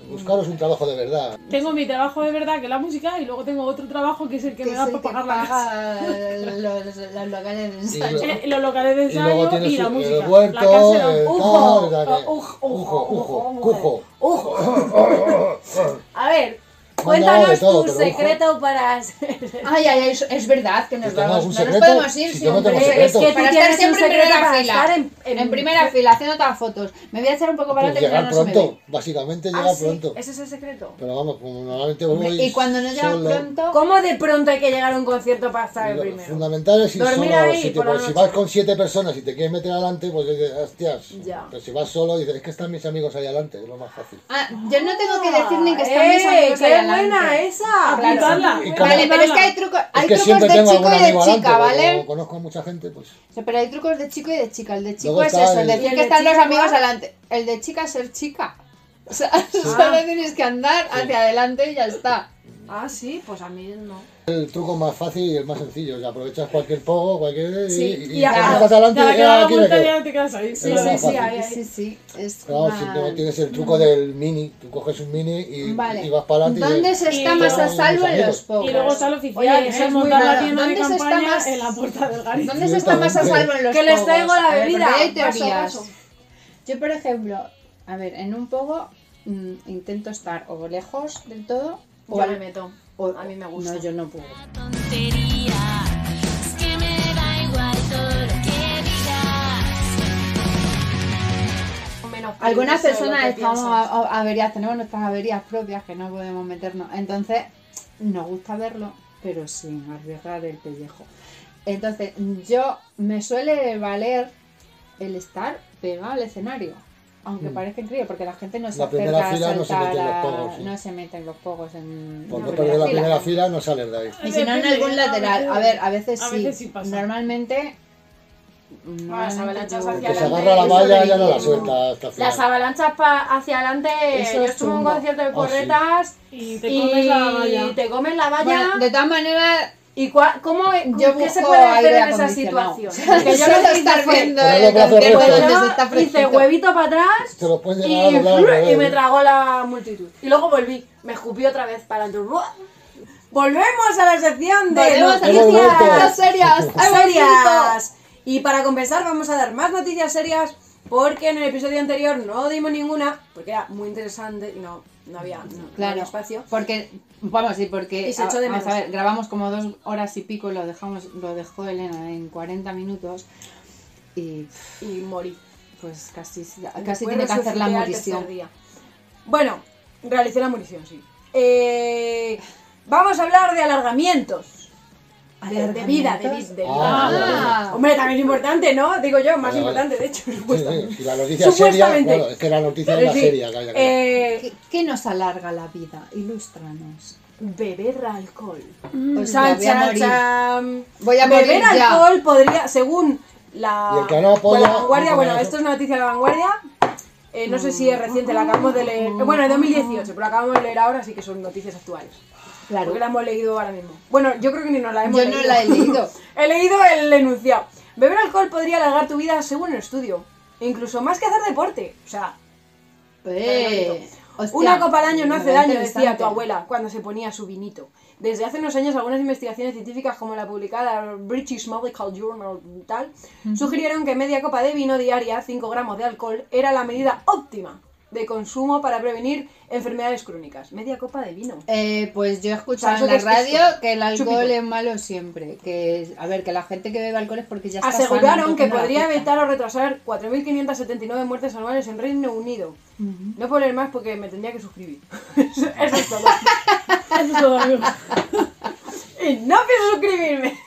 B: Buscaros un trabajo de verdad.
E: Tengo mi trabajo de verdad, que es la música, y luego tengo otro trabajo que es el que, me
D: es
E: da
D: el
E: para
D: que
E: pagar la casa.
D: paga los, los locales de ensayo.
B: Y lo-
E: Eh, Los locales de
B: Y luego
E: ensayo y,
B: tienes
E: la
B: el-
E: música.
B: el huerto,
E: la
B: el
E: casa
B: tal,
C: Ujo,
B: la que-
C: ujo,
B: ujo, ujo,
C: ujo,
B: ujo.
C: ujo. A ver,
B: de
C: cuéntanos
B: todo, pero
C: tu
B: ujo.
C: secreto para ser...
D: Ay, ay, ay, es, es verdad que nos
B: Si tengo
D: vamos.
B: algún
D: No nos
B: secreto,
D: podemos ir
B: si yo no
D: siempre.
B: tengo
C: Es que tú
D: para estar
C: tienes un
D: siempre en
C: secreto
D: primera
C: para estar
D: fila.
C: en,
D: En, primera fila, haciendo otras fotos. Me voy a echar un poco para
B: Pues
D: adelante, pero
B: llegar
D: no se me ve.
B: pronto, básicamente
C: Ah,
B: llegar
C: sí,
B: pronto.
C: ¿Ese es el secreto?
B: Pero vamos, como normalmente voy
D: Y cuando no llegas
B: solo,
D: pronto,
C: ¿Cómo de pronto hay que llegar a un concierto para estar el
B: lo
C: primero?
B: Fundamental es ir
C: Dormir
B: solo.
C: ahí
B: si, te-
C: por la
B: pues, si
C: noche.
B: vas con siete personas y te quieres meter adelante, pues dices, hostias.
C: Ya.
B: Pero si vas solo, dices, es que están mis amigos ahí adelante, es lo más fácil.
D: Ah, yo no tengo que decir ni que están
C: ¡Eh,
D: mis amigos
C: ¡Qué
D: ahí adelante.
C: buena esa!
D: Claro.
E: Apuntarla.
B: Y como-
D: Vale, pero es que hay
E: Apuntarla.
D: trucos,
B: Es
D: hay
B: que
D: trucos
B: siempre
D: de
B: tengo
D: chico
B: algún
D: y de
B: amigo adelante, pues,
D: chica, ¿vale?
B: como conozco a mucha gente, pues.
D: O sea, pero hay trucos de chico y de chica. El de chico
B: Luego
D: es
B: está
D: eso, el
B: el-
D: decir
C: ¿Y el
D: que
C: de
D: están los
C: chica?
D: amigos adelante. El de chica es ser chica. O sea,
B: Ah.
D: solo tienes que andar hacia adelante y ya está.
C: Ah, sí, pues a mí no.
B: El truco más fácil y el más sencillo. ya aprovechas cualquier pogo, cualquier.
C: Sí,
B: y,
C: y a-
B: te sacas adelante
E: Ya
B: y
E: la que
B: "Ah,
E: da la
B: aquí me
E: vuelta
B: quedo".
E: ya te quedas
B: Sí,
E: ahí.
C: Sí, sí,
B: sí,
C: sí,
B: sí,
C: ahí,
D: Sí, sí, es
B: Claro,
D: una-
B: si no tienes el truco del mini, tú coges un mini y,
D: Vale.
B: y vas para adelante. y-
D: ¿Dónde se
B: y
D: está
B: te
D: más a
B: quedas con
D: salvo
B: tus
D: en los
B: amigos.
D: pocos?
E: Y luego está el
C: Oye,
E: oficial, que
C: eso
E: es
C: es muy
E: montar la
C: raro.
E: tienda de
D: ¿Dónde se está
E: campaña
D: más-
E: en la puerta del garito.
D: ¿Dónde se está más a salvo en los
C: Que les
D: pogos?
C: traigo la
D: A ver,
C: bebida.
D: porque hay
C: Paso,
D: teorías.
C: paso.
D: Yo, por ejemplo, a ver, en un poco intento estar o lejos del todo o
C: Yo
D: al-
C: me meto.
D: o-
C: A mí me gusta.
D: No, yo no puedo.
G: tontería. Es que me da igual todo lo que digas.
C: Menos
D: Algunas
C: peligroso de lo
D: personas
C: que
D: estamos
C: piensas.
D: a- a- averiadas, tenemos nuestras averías propias que no podemos meternos. Entonces, nos gusta verlo, pero sin arriesgar el pellejo. Entonces, yo me suele valer el estar pegado al escenario. Aunque
B: Mm.
D: parezca increíble, porque la gente no se
B: La primera
D: acerca a
B: fila no se
D: saltar
B: mete en los
D: a-
B: pogos, sí.
D: no se mete en los pogos en
B: Por
D: en
B: no perder la primera fila, no sales de ahí.
D: Y si no, en
E: Depende,
D: algún
E: a
D: lateral.
E: veces-
D: A ver, a veces
E: a
D: sí.
E: veces sí pasa.
D: Normalmente. normalmente
C: avalanchas
D: yo-
C: hacia
B: Que se
C: adelante,
B: agarra la
C: eso
B: valla
C: de-
B: y ya no la suelta hasta el final.
C: Las avalanchas pa- hacia adelante.
D: Eso
C: yo
D: es
C: estuve en un
D: chungo.
C: concierto de
B: Oh, sí.
C: corretas
E: Y te comes
C: y
E: la valla.
C: te comes la valla.
D: Bueno, de todas maneras,
C: ¿Y cua- cómo,
D: Yo
C: qué se
D: busco
C: puede hacer
D: aire
C: en esa
D: acondicionado.
C: situación? Porque yo
D: Solo
C: lo que hice
D: estar
C: fue,
D: viendo
B: Poner
D: el
B: los brazos
D: concierto
B: rectos.
D: donde se
C: pues
D: está
C: yo hice
D: fresquito.
C: huevito para atrás
B: Te lo puedes
C: y,
B: llegar a doblar al revés,
C: y me
B: ¿eh?
C: tragó la multitud. Y luego volví, me escupí otra vez para adelante. ¡Ruah! Volvemos a la sección de
D: Volvemos a las
B: Hemos vuelto.
D: noticias
C: noticias
D: serias. Serias.
C: serias. Y para compensar vamos a dar más noticias serias porque en el episodio anterior no dimos ninguna porque era muy interesante y no, no, había, no- no
D: Claro,
C: había espacio.
D: porque vamos sí, porque
C: Y se echó de
D: vamos
C: menos.
D: a ver, grabamos como dos horas y pico, lo dejamos, lo dejó Elena en 40 minutos y
C: Y morí.
D: pues casi,
C: Me
D: casi
C: fue
D: tiene que hacer la
C: resucitar al
D: murición.
C: tercer día. Bueno, realicé la murición, sí. Eh, vamos a hablar de alargamientos. De, de vida, de, vi- de vida.
B: Ah,
D: Ah,
C: Hombre, también es importante, ¿no? Digo yo, más
B: Vale,
C: importante, de hecho,
B: Sí, sí,
C: supuestamente.
B: sí, la noticia seria,
C: Supuestamente.
B: claro, es que la noticia es
C: Es
B: la
C: decir,
B: seria que había que hacer.
C: eh,
D: ¿qué, qué nos alarga la vida? Ilústranos.
C: beber alcohol.
D: O
C: Chan,
D: voy a
C: chan,
D: morir.
C: chan.
D: Voy a morir
C: Beber
D: ya.
C: alcohol podría, según la,
B: Y el que no apoya,
C: la vanguardia,
B: no
C: bueno,
B: apoya
C: esto es una noticia de la vanguardia. eh, no sé si es reciente, la acabamos de leer. eh, Bueno, en 2018, pero la acabamos de leer ahora, así que son noticias actuales.
D: Claro.
C: Porque la hemos leído ahora mismo. Bueno, yo creo que ni nos la hemos
D: Yo no
C: leído.
D: la he leído.
C: he leído el enunciado. Beber alcohol podría alargar tu vida según el estudio. E incluso más que hacer deporte. O sea,
D: Eh, hostia,
C: una copa al año no hace
D: me da
C: daño, decía
D: interesante.
C: tu abuela cuando se ponía su vinito. Desde hace unos años, algunas investigaciones científicas, como la publicada en el British Medical Journal y tal, sugirieron que media copa de vino diaria, 5 gramos de alcohol, era la medida óptima de consumo para prevenir enfermedades crónicas. Media copa de vino.
D: Eh, pues yo he escuchado
C: O sea,
D: en la
C: eso que es
D: radio
C: justo.
D: que el alcohol
C: Chupito.
D: es malo siempre. Que, a ver, que la gente que bebe alcohol es porque ya está sana,
C: Aseguraron
D: entonces
C: que
D: no la
C: podría
D: afecta.
C: evitar o retrasar 4.579 muertes anuales en Reino Unido. No puedo leer más porque me tendría que suscribir. Eso es todo.
E: Eso es todo, amigo.
C: Y no pienso suscribirme.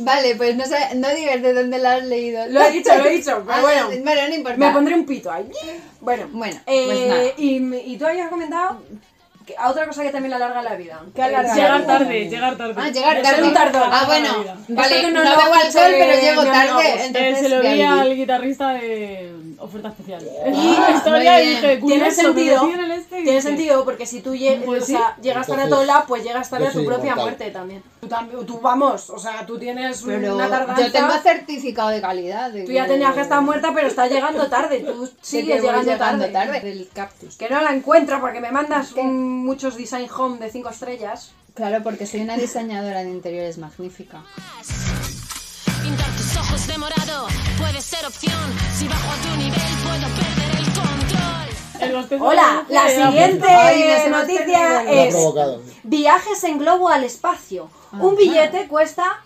D: Vale, pues no, sé- no digas de dónde la has leído.
C: Lo he dicho, lo he dicho, pero
D: Ah,
C: bueno.
D: Bueno, no importa.
C: Me pondré un pito ahí. Bueno,
D: Bueno, pues
C: eh,
D: nada.
C: y, y tú habías comentado que- a otra cosa que también le alarga la vida.
D: ¿Qué alarga?
E: Llegar tarde, llegar tarde.
D: Ah, llegar
E: Eso es
D: tarde.
E: un tardón.
D: Ah, bueno,
E: Toda la vida.
D: vale,
C: Esto que
D: no,
C: no
D: bebo
C: lo
D: alcohol,
C: escuché
D: pero llego
C: mi amigo Gus.
D: tarde,
C: Eh,
E: Eh,
D: entonces
E: se lo
D: voy a
E: vi
D: vivir.
E: al guitarrista de Oferta Especial. Es
D: Ah,
E: una historia
D: muy
E: y
D: bien.
E: dije,
C: Tiene
E: curioso,
C: sentido.
E: me metí en el este y
C: Tiene
E: dije,
C: sentido porque si tú lle-
E: Pues
C: o sea, llegas tarde a todo
B: Entonces,
C: lado, pues llegas tarde
B: yo
C: a tu
B: soy
C: propia
B: inmortal.
C: muerte también. Tú, también. tú vamos, o sea, tú tienes
D: Pero
C: una tardanza.
D: yo tengo certificado de calidad. de
C: Tú ya
D: que-
C: tenías que estar muerta, pero estás llegando tarde. Tú
D: de
C: sigues
D: que voy
C: llegando tarde.
D: Del cactus.
C: Que no la encuentro porque me mandas un- muchos design home de 5 estrellas.
D: Claro, porque soy una diseñadora de interiores magnífica.
G: Pintar tus ojos de morado puede ser opción. Si bajo a tu nivel puedo perder el control.
E: en los peces
C: Hola,
E: de
C: la
E: era-
C: siguiente
D: Ay, nos hemos
C: noticia
D: perdido.
B: Me ha
C: es
B: provocado.
C: viajes en globo al espacio.
D: Ajá.
C: Un billete cuesta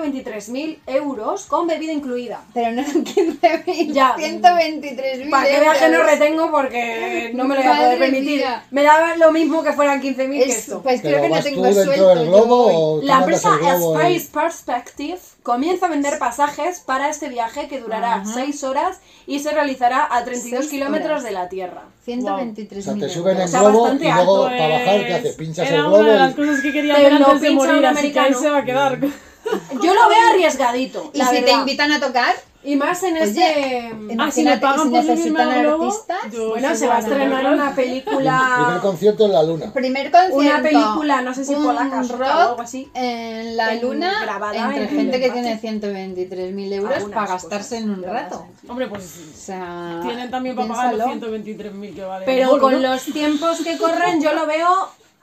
C: 123.000 euros con bebida incluida.
D: Pero no eran 15.000,
C: Ya.
D: 123.000
C: Para que veas que no
D: euros.
C: retengo porque no me lo voy a
D: Madre
C: poder permitir.
D: mía.
C: Me daba lo mismo que fueran 15.000 que
D: Es-
C: esto.
D: Pues creo
B: Pero
D: que no
B: vas tú
D: tengo
B: dentro
D: sueldo.
B: del
D: yo
B: globo o tú
C: La
B: mandas
C: empresa
B: el globo ahí?
C: Space Perspective comienza a vender pasajes para este viaje que durará 6 horas y se realizará a 32
D: Seis
C: kilómetros
D: horas.
C: de la Tierra.
B: O
D: 123.000
B: sea, te
D: euros.
B: suben en
C: sea,
B: globo y
C: bastante
B: luego
E: Pues,
B: para bajar, ¿qué haces? Pinchas el
E: era
B: globo
E: una de las
B: y...
E: cosas que quería
C: Te
E: ver
C: lo
E: antes de
C: pincha un
E: morir, así que ahí
C: americano. Mm.
E: se va a quedar. Ah,
C: Yo lo veo arriesgadito.
D: Y
C: la
D: si te
C: verdad.
D: invitan a tocar,
C: Y más en
D: Oye,
C: este.
E: Ah, si me
D: Imagínate,
E: pagan
D: si
E: por subirme
D: necesitan
E: al globo,
D: artistas,
E: yo
C: bueno,
E: soy
C: se va a
E: buena.
C: estrenar
B: Primer
C: una película.
B: concierto en la luna.
D: primer concierto.
C: Una película, no sé si
D: un
C: polaca, sueca o
D: rock
C: algo así.
D: En la
C: en-
D: luna,
C: grabada
D: entre
C: en
D: gente
C: el
D: que
C: espacio.
D: tiene 123.000 euros
C: Algunas
D: para gastarse
C: cosas,
D: en un
C: pero
D: rato.
E: Hombre,
D: O
E: pues
D: sea,
E: tienen también para pagar los
D: piénsalo.
E: 123.000 que vale.
C: Pero
E: Bueno,
C: con
E: ¿no?
C: los tiempos que corren, yo lo veo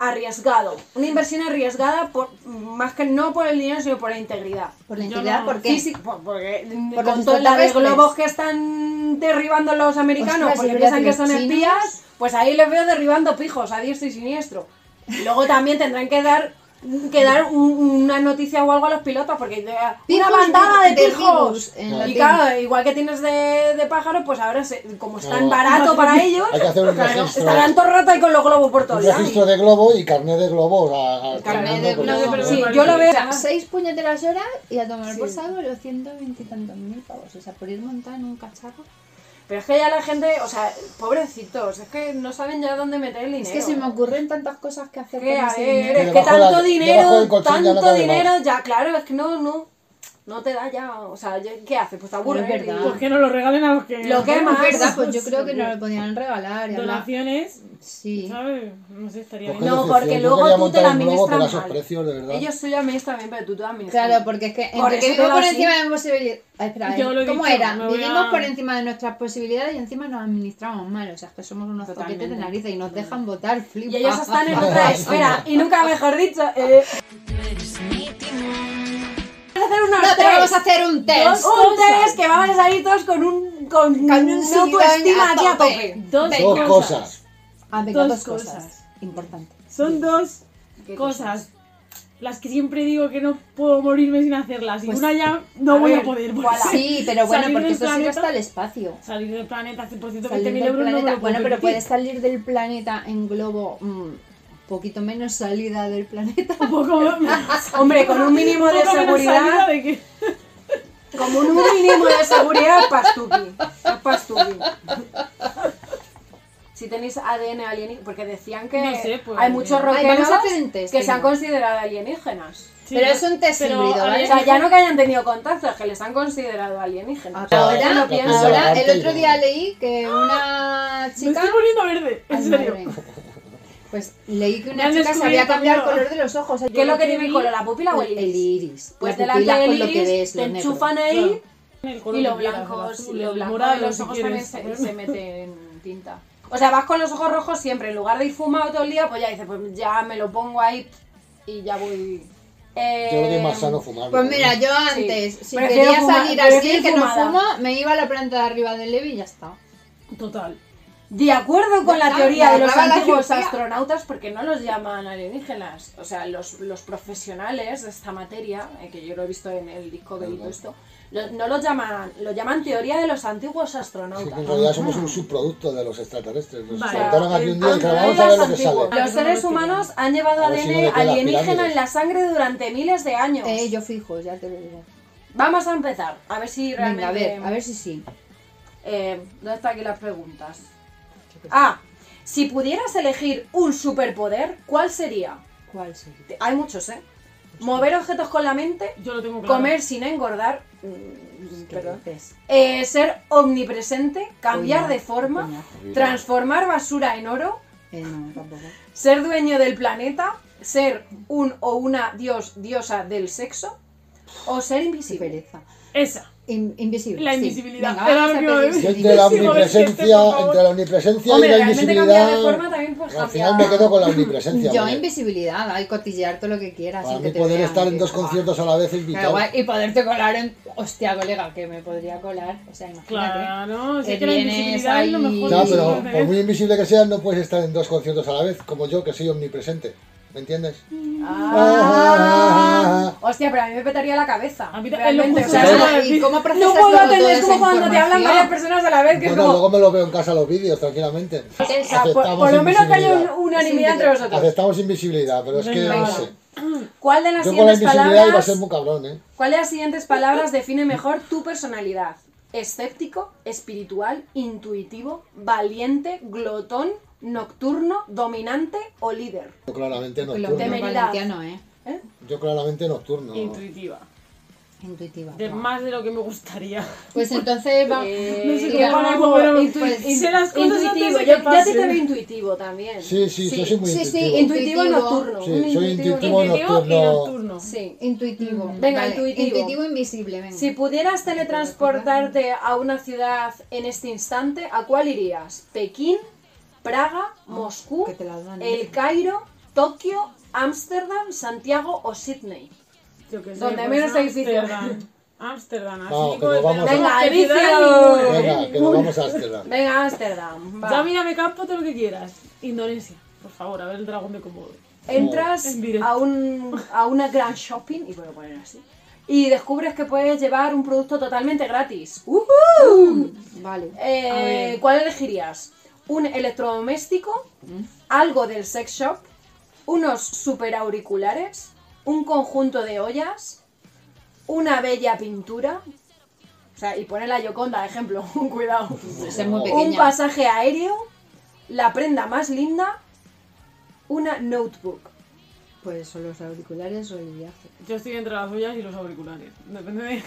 C: arriesgado. Una inversión arriesgada, por, más que no por el dinero, sino por la integridad.
D: Por la
E: Yo
D: integridad,
E: no-
D: ¿por qué? Mm,
C: Sí, sí, por- porque
D: Por los
C: con toda la de
D: extraterrestres.
C: globos que están derribando los americanos
D: Ostras,
C: porque
D: es verdad
C: piensan
D: que
C: que son
D: los chinos-
C: espías, pues ahí les veo derribando pijos a diestro y siniestro. Y Luego también tendrán que dar que dar un- una noticia o algo a los pilotos porque ya- una
D: Pijos
C: bandada de,
D: de
C: pijos.
D: ribos, en latín.
C: y claro, igual que tienes de, de pájaros, pues ahora se- como es
B: No.
C: tan barato para ellos,
B: Hay que hacer un
C: claro,
B: registro.
C: estarán todo el rato ahí con los globos por
B: Un
C: todos lados.
B: registro de globo y carnet de globo. a- a-
D: Carnet
B: todo el
D: de
B: mundo,
D: globo.
B: porque-
C: Sí, yo lo veo.
D: O sea, seis puñeteras horas y a tomar por saco los 120 y tantos mil pavos. O sea, por ir montada en un cacharro.
C: Pero es que ya la gente, o sea, pobrecitos, es que no saben ya dónde meter el dinero.
D: Es que se me ocurren tantas cosas que hacer
C: Que,
D: con
C: a
D: ese
C: ver,
D: dinero.
C: es que
B: debajo de la-
C: tanto
B: debajo del
C: dinero,
B: colchón ya no
C: tanto
B: cabe
C: dinero,
B: más.
C: ya, claro, es que no, no, no te da ya, o sea, ya- ¿qué haces? Pues te aburres.
D: Pero es verdad.
C: y-
E: Pues que no lo regalen a los que.
C: Lo que
D: Es
C: más.
D: verdad, pues yo creo que no lo podían regalar. y hablar-
E: Donaciones,
D: Sí.
E: ¿sabes? No sé, estaría
B: Pues qué
E: bien.
C: No,
B: decepción,
C: porque
B: yo
C: luego
B: quería
C: tú te
B: montar
C: la
B: un globo, pero a
C: administras
B: esos
C: mal.
B: precios, de verdad.
C: Ellos tú ya administras bien, pero tú te administras.
D: Claro, porque es que entre
C: Por
D: que
C: eso te
D: vivimos
C: da
D: por
C: así.
D: encima de posibilidades. Espera, a ver,
E: Yo lo he
D: ¿cómo
E: dicho,
D: era?
E: me voy
D: Vivimos
E: a-
D: por encima de nuestras posibilidades y encima nos administramos mal. O sea, es que somos unos toquetes de narices y nos dejan votar flipa.
C: Y ellos están en otra esfera, y nunca mejor dicho. eh. Vamos a hacer unos
D: No, te
C: test.
D: vamos a hacer un test.
C: Un test que vamos a salir todos con un con,
D: un
C: una
D: subidón
C: autoestima
D: a
C: aquí a
D: tope.
C: tope.
E: Dos
D: Venga.
B: Dos cosas.
D: Ah, venga,
E: Dos
D: dos cosas.
E: cosas.
D: Importante.
E: Son dos
C: ¿Qué
E: cosas. Las que siempre digo que no puedo morirme sin hacerlas. Y
D: Pues,
E: una ya no
C: a
E: voy
C: ver,
E: a poder.
C: ¿cuál?
E: porque
D: Sí, pero bueno,
E: salir
D: porque
E: del
D: esto sí
E: planeta-
D: hasta el espacio.
E: Salir del planeta 100%
D: Salir
E: 20.000
D: del
E: euros no me
D: planeta-
E: lo puedo
D: bueno, pero
E: permitir.
D: puedes salir del planeta en globo mm, un poquito menos salida del planeta.
E: Un poco
C: Hombre, con un mínimo de
E: un poco menos
C: seguridad.
E: salida de que-
C: Como un mínimo de seguridad, pastuqui. Pastuqui. Si tenéis ADN alienígena, porque decían que
E: No sé, pues,
C: hay muchos
E: Ay,
D: vamos a
C: rockeros
D: hacer un test,
C: que se han
D: venga.
C: considerado alienígenas.
E: Sí,
D: Pero es un test
E: pero,
D: híbrido,
E: a
D: ¿vale?
C: O
E: ver,
C: sea, ya no que hayan tenido contacto, es que les han considerado alienígenas.
B: sea,
D: Ahora,
B: lo pienso.
D: ahora
B: Aparte,
D: el otro día leí que una
E: Me
D: chica...
E: estoy poniendo verde, en
D: Ay,
E: serio.
D: madre. Pues leí que
E: Me
D: una
E: han
D: chica sabía
E: descubierto,
D: cambiar el
E: amigo.
D: color de los ojos.
C: ¿Qué es lo que
E: lo que
C: tiene el
E: vi-
C: color? ¿La pupila o el
D: El
C: iris?
D: iris.
C: Pues
D: la
C: delante
D: pupila
C: del
D: con lo que
C: iris
D: ves,
C: te
D: lo negro.
C: enchufan ahí
E: El color
C: y los
E: que quieras, el
C: blancos,
E: azul,
C: y los
E: el
C: blancos
E: morado,
C: de los
E: si
C: ojos también
E: quieres.
C: se, se meten tinta. O sea, vas con los ojos rojos siempre, en lugar de ir fumado todo el día, pues ya dices, pues ya me lo pongo ahí y ya voy. Eh,
B: Yo lo que más sano fumar.
D: Pues mira, yo antes, si
C: Prefiero
D: quería
C: fumar-
D: salir
C: prefiero
D: así,
C: ir
D: que no
C: fumada.
D: fumo, me iba a la planta de arriba del Levi y ya está.
E: Total.
C: De acuerdo con la
D: Ya
C: teoría
D: está,
C: de los
D: acaba la
C: antiguos
D: cirugía.
C: astronautas, porque no los llaman alienígenas, o sea, los, los profesionales de esta materia, eh, que yo lo he visto en el disco y todo esto, lo- no los llaman, lo llaman teoría de los antiguos
B: Sí,
C: astronautas.
B: en realidad somos un subproducto de los extraterrestres. Nos
E: Vale.
B: soltaron aquí un día y dijeron,
C: Antiguos
B: vamos a ver lo que sale.
C: antiguos. Los seres humanos han llevado
B: A ver si no le
C: ADN
B: queda las
C: alienígena
B: pirámides.
C: en la sangre durante miles de años.
D: Eh, yo fijo, ya te lo digo.
C: Vamos a empezar, a ver si realmente...
D: Venga, a ver, a ver si sí.
C: Eh, ¿Dónde están aquí las preguntas? Ah, Si pudieras elegir un superpoder, ¿cuál sería?
D: ¿Cuál sería?
C: Te- Hay muchos, ¿eh? Mover objetos con la mente,
E: Yo lo tengo claro.
C: comer sin engordar, mm,
D: ¿Qué
C: perdón.
D: dices?
C: Eh, ser omnipresente, cambiar
D: Coñazo,
C: de forma,
D: coñazo.
C: transformar basura en oro,
D: Eh, no, tampoco.
C: ser dueño del planeta, ser un o una dios, diosa del sexo o ser
D: Sí,
C: invisible.
D: pereza.
E: Esa.
D: In- invisible.
E: La
D: sí.
E: invisibilidad.
D: Venga,
E: Era
D: vamos a
E: lo que
D: pedir
B: Yo
C: ¿eh?
E: iba a
B: entre la
E: Sí, sí, molestarte, por
B: omnipresencia,
E: favor.
B: entre la omnipresencia
C: Hombre,
B: y la
C: realmente cambiar de forma
B: invisibilidad.
C: también pues, puedes
B: Al
C: cambiar.
B: final me quedo con la omnipresencia.
D: Yo
B: porque
D: invisibilidad, hay cotillear todo lo que quieras.
B: Para
D: sin que
B: mí
D: te
B: poder
D: vean,
B: estar
D: que
B: en dos
D: guay.
B: conciertos a la vez
D: Qué
B: invitado.
D: guay, Y poderte colar en... Hostia, colega, que me podría colar. O sea, imagínate.
E: Claro, si
D: Que
E: es que la
D: vienes
E: invisibilidad es lo
D: ahí-
E: mejor
B: Ya,
E: que
D: Sí,
E: se
B: pero
E: puede
B: por
E: tener.
B: muy invisible que seas, no puedes estar en dos conciertos a la vez, como yo, que soy omnipresente. ¿Me entiendes?
C: Ah. Hostia, pero a mí me petaría la cabeza.
E: A mí ta-
C: realmente,
E: es
C: o
E: lo
C: sea,
E: justo.
C: no-
E: Claro.
D: ¿Y cómo procesas
C: no
D: luego
C: puedo
D: toda
C: atender
D: esa
C: como cuando te hablan varias
D: información?
C: personas a la vez, que es
B: Bueno,
C: como...
B: luego me lo veo en casa los vídeos, tranquilamente.
C: o sea, por,
B: aceptamos
C: por lo menos que haya
B: invisibilidad.
C: un- unanimidad entre vosotros.
B: Aceptamos invisibilidad, pero es que no
E: Venga.
B: sé.
C: ¿Cuál de las
B: Yo con la
C: siguientes
B: invisibilidad iba a
C: palabras...
B: ser muy cabrón, ¿eh?
C: ¿Cuál de las siguientes palabras define mejor tu personalidad? Escéptico, espiritual, intuitivo, valiente, glotón, nocturno, dominante o líder.
B: Yo claramente
D: Lo que
B: nocturno.
C: Temeridad.
D: valenciano, ¿eh?
C: ¿Eh?
B: Yo claramente nocturno.
E: Intuitiva.
D: Intuitiva.
E: De
D: guau.
E: más Eh, de lo que me gustaría.
D: Pues entonces va-
E: No sé
D: ya
E: cómo lo hago,
D: vamos,
E: pero
D: intu-
E: pues,
D: intu-
E: sé las cosas antes
C: Eh, Intuitivo, yo,
E: de que
C: yo a ti te
E: pasen.
C: veo intuitivo también.
B: Sí, sí, yo soy muy
D: sí, sí,
B: intuitivo.
C: Intuitivo y
D: Intuitivo.
C: nocturno.
B: Sí,
C: Un
B: soy intuitivo,
E: Intuitivo y
B: nocturno.
E: nocturno.
C: Sí.
D: Intuitivo.
C: Venga,
D: Vale,
C: intuitivo.
D: Intuitivo invisible, venga.
C: Si pudieras teletransportarte a una ciudad en este instante, ¿a cuál irías? ¿Pekín, Praga, Moscú,
D: que te las dan, ¿eh?
C: El Cairo, Tokio, Ámsterdam, Santiago o Sídney?
E: Yo qué sé,
C: Donde
E: pues,
C: menos edificio.
E: Ámsterdam. Ámsterdam, así
B: Vamos, que
E: como
B: nos vamos
E: tenemos
C: a-
E: que
C: Venga,
E: ciudad
C: edición.
E: ninguna, ¿eh?
B: Venga, que nos vamos a Ámsterdam.
C: Venga, Ámsterdam. va.
E: Ya mírame campo todo lo que quieras. Indonesia, por favor, a ver el dragón de Komodo.
C: Entras
E: En directo.
C: a, un, a una gran shopping, y puedo poner así, y descubres que puedes llevar un producto totalmente gratis. ¡Ujú!
D: Vale.
C: Eh,
E: A ver.
C: ¿Cuál elegirías? ¿Un electrodoméstico? ¿Algo del sex shop? ¿Unos super auriculares? ¿Un conjunto de ollas? ¿Una bella pintura? O sea, y poner la Yoconda, ejemplo, cuidado.
D: Ser muy
C: Pues Un
D: pequeña.
C: pasaje aéreo, la prenda más linda, una notebook.
D: Pues son los auriculares o el viaje.
E: Yo estoy entre las ollas y los auriculares. Depende de.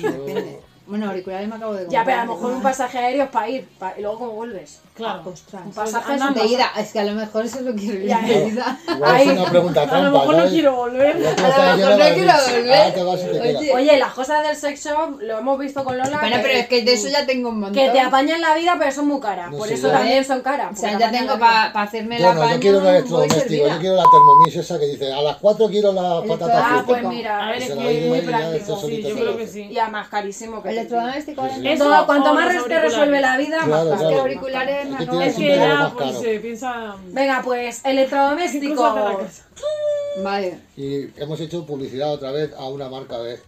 D: Depende. Bueno, auriculares me acabo de comprar. Ah,
C: Ya, pero a lo mejor un pasaje aéreo es para ir, pa- y luego cómo vuelves.
E: Claro.
D: ostras.
C: Un pasaje es
E: Andando.
D: De ida. Es que a lo mejor eso lo quiero ir
C: Ya,
D: de
C: eh.
D: ida.
B: Igual es una pregunta
E: A lo
B: trampa,
E: mejor no
B: ¿sabes?
E: quiero volver.
B: Igual te la
D: A lo
B: llevan
D: mejor no
B: y
D: quiero
B: dices,
D: volver.
B: "Ah, te vas y te
D: Oye,
B: quedas".
C: Oye, las cosas del sex shop lo hemos visto con Lola.
D: Bueno,
C: que-
D: pero es que de eso ya tengo un montón.
C: Que te apañan la vida, pero son muy caras.
B: No
C: por
B: sé,
C: eso
B: yo-
C: también son caras.
D: O
C: porque
D: sea,
C: te
D: ya
C: apañan
D: tengo
C: la vida.
D: para hacerme
B: Yo
D: la
B: no,
D: paña.
B: yo quiero un
D: voy
B: electrodoméstico, yo
D: servida.
B: quiero la Thermomix esa que dice, a las 4 quiero la patata
C: Ah,
B: frita.
C: pues
E: A
C: mira.
E: ver,
B: Se
E: es
B: la
E: que es muy
B: doy mañana,
E: práctico.
B: eso
E: Sí,
B: sí
E: yo
B: te
E: creo
B: lo
E: que
B: hace.
E: sí.
C: Y además carísimo que
D: Electrodoméstico.
B: Sí, sí.
D: además.
E: Eso
C: Todo, cuanto
E: o
C: más
E: los
C: res- te resuelve
E: auriculares.
C: la vida,
B: Claro,
D: Es
C: más
D: que
B: claro.
C: caro.
D: auriculares me
B: Es que
D: acabo
B: tienes
E: Es
D: de-
E: que
B: un
E: ya,
B: más
E: pues
B: caro.
E: se piensa.
C: Venga, pues
E: ¿Qué cosas de la
C: electrodoméstico.
E: casa?
D: Vale.
B: Y hemos hecho publicidad otra vez a una marca de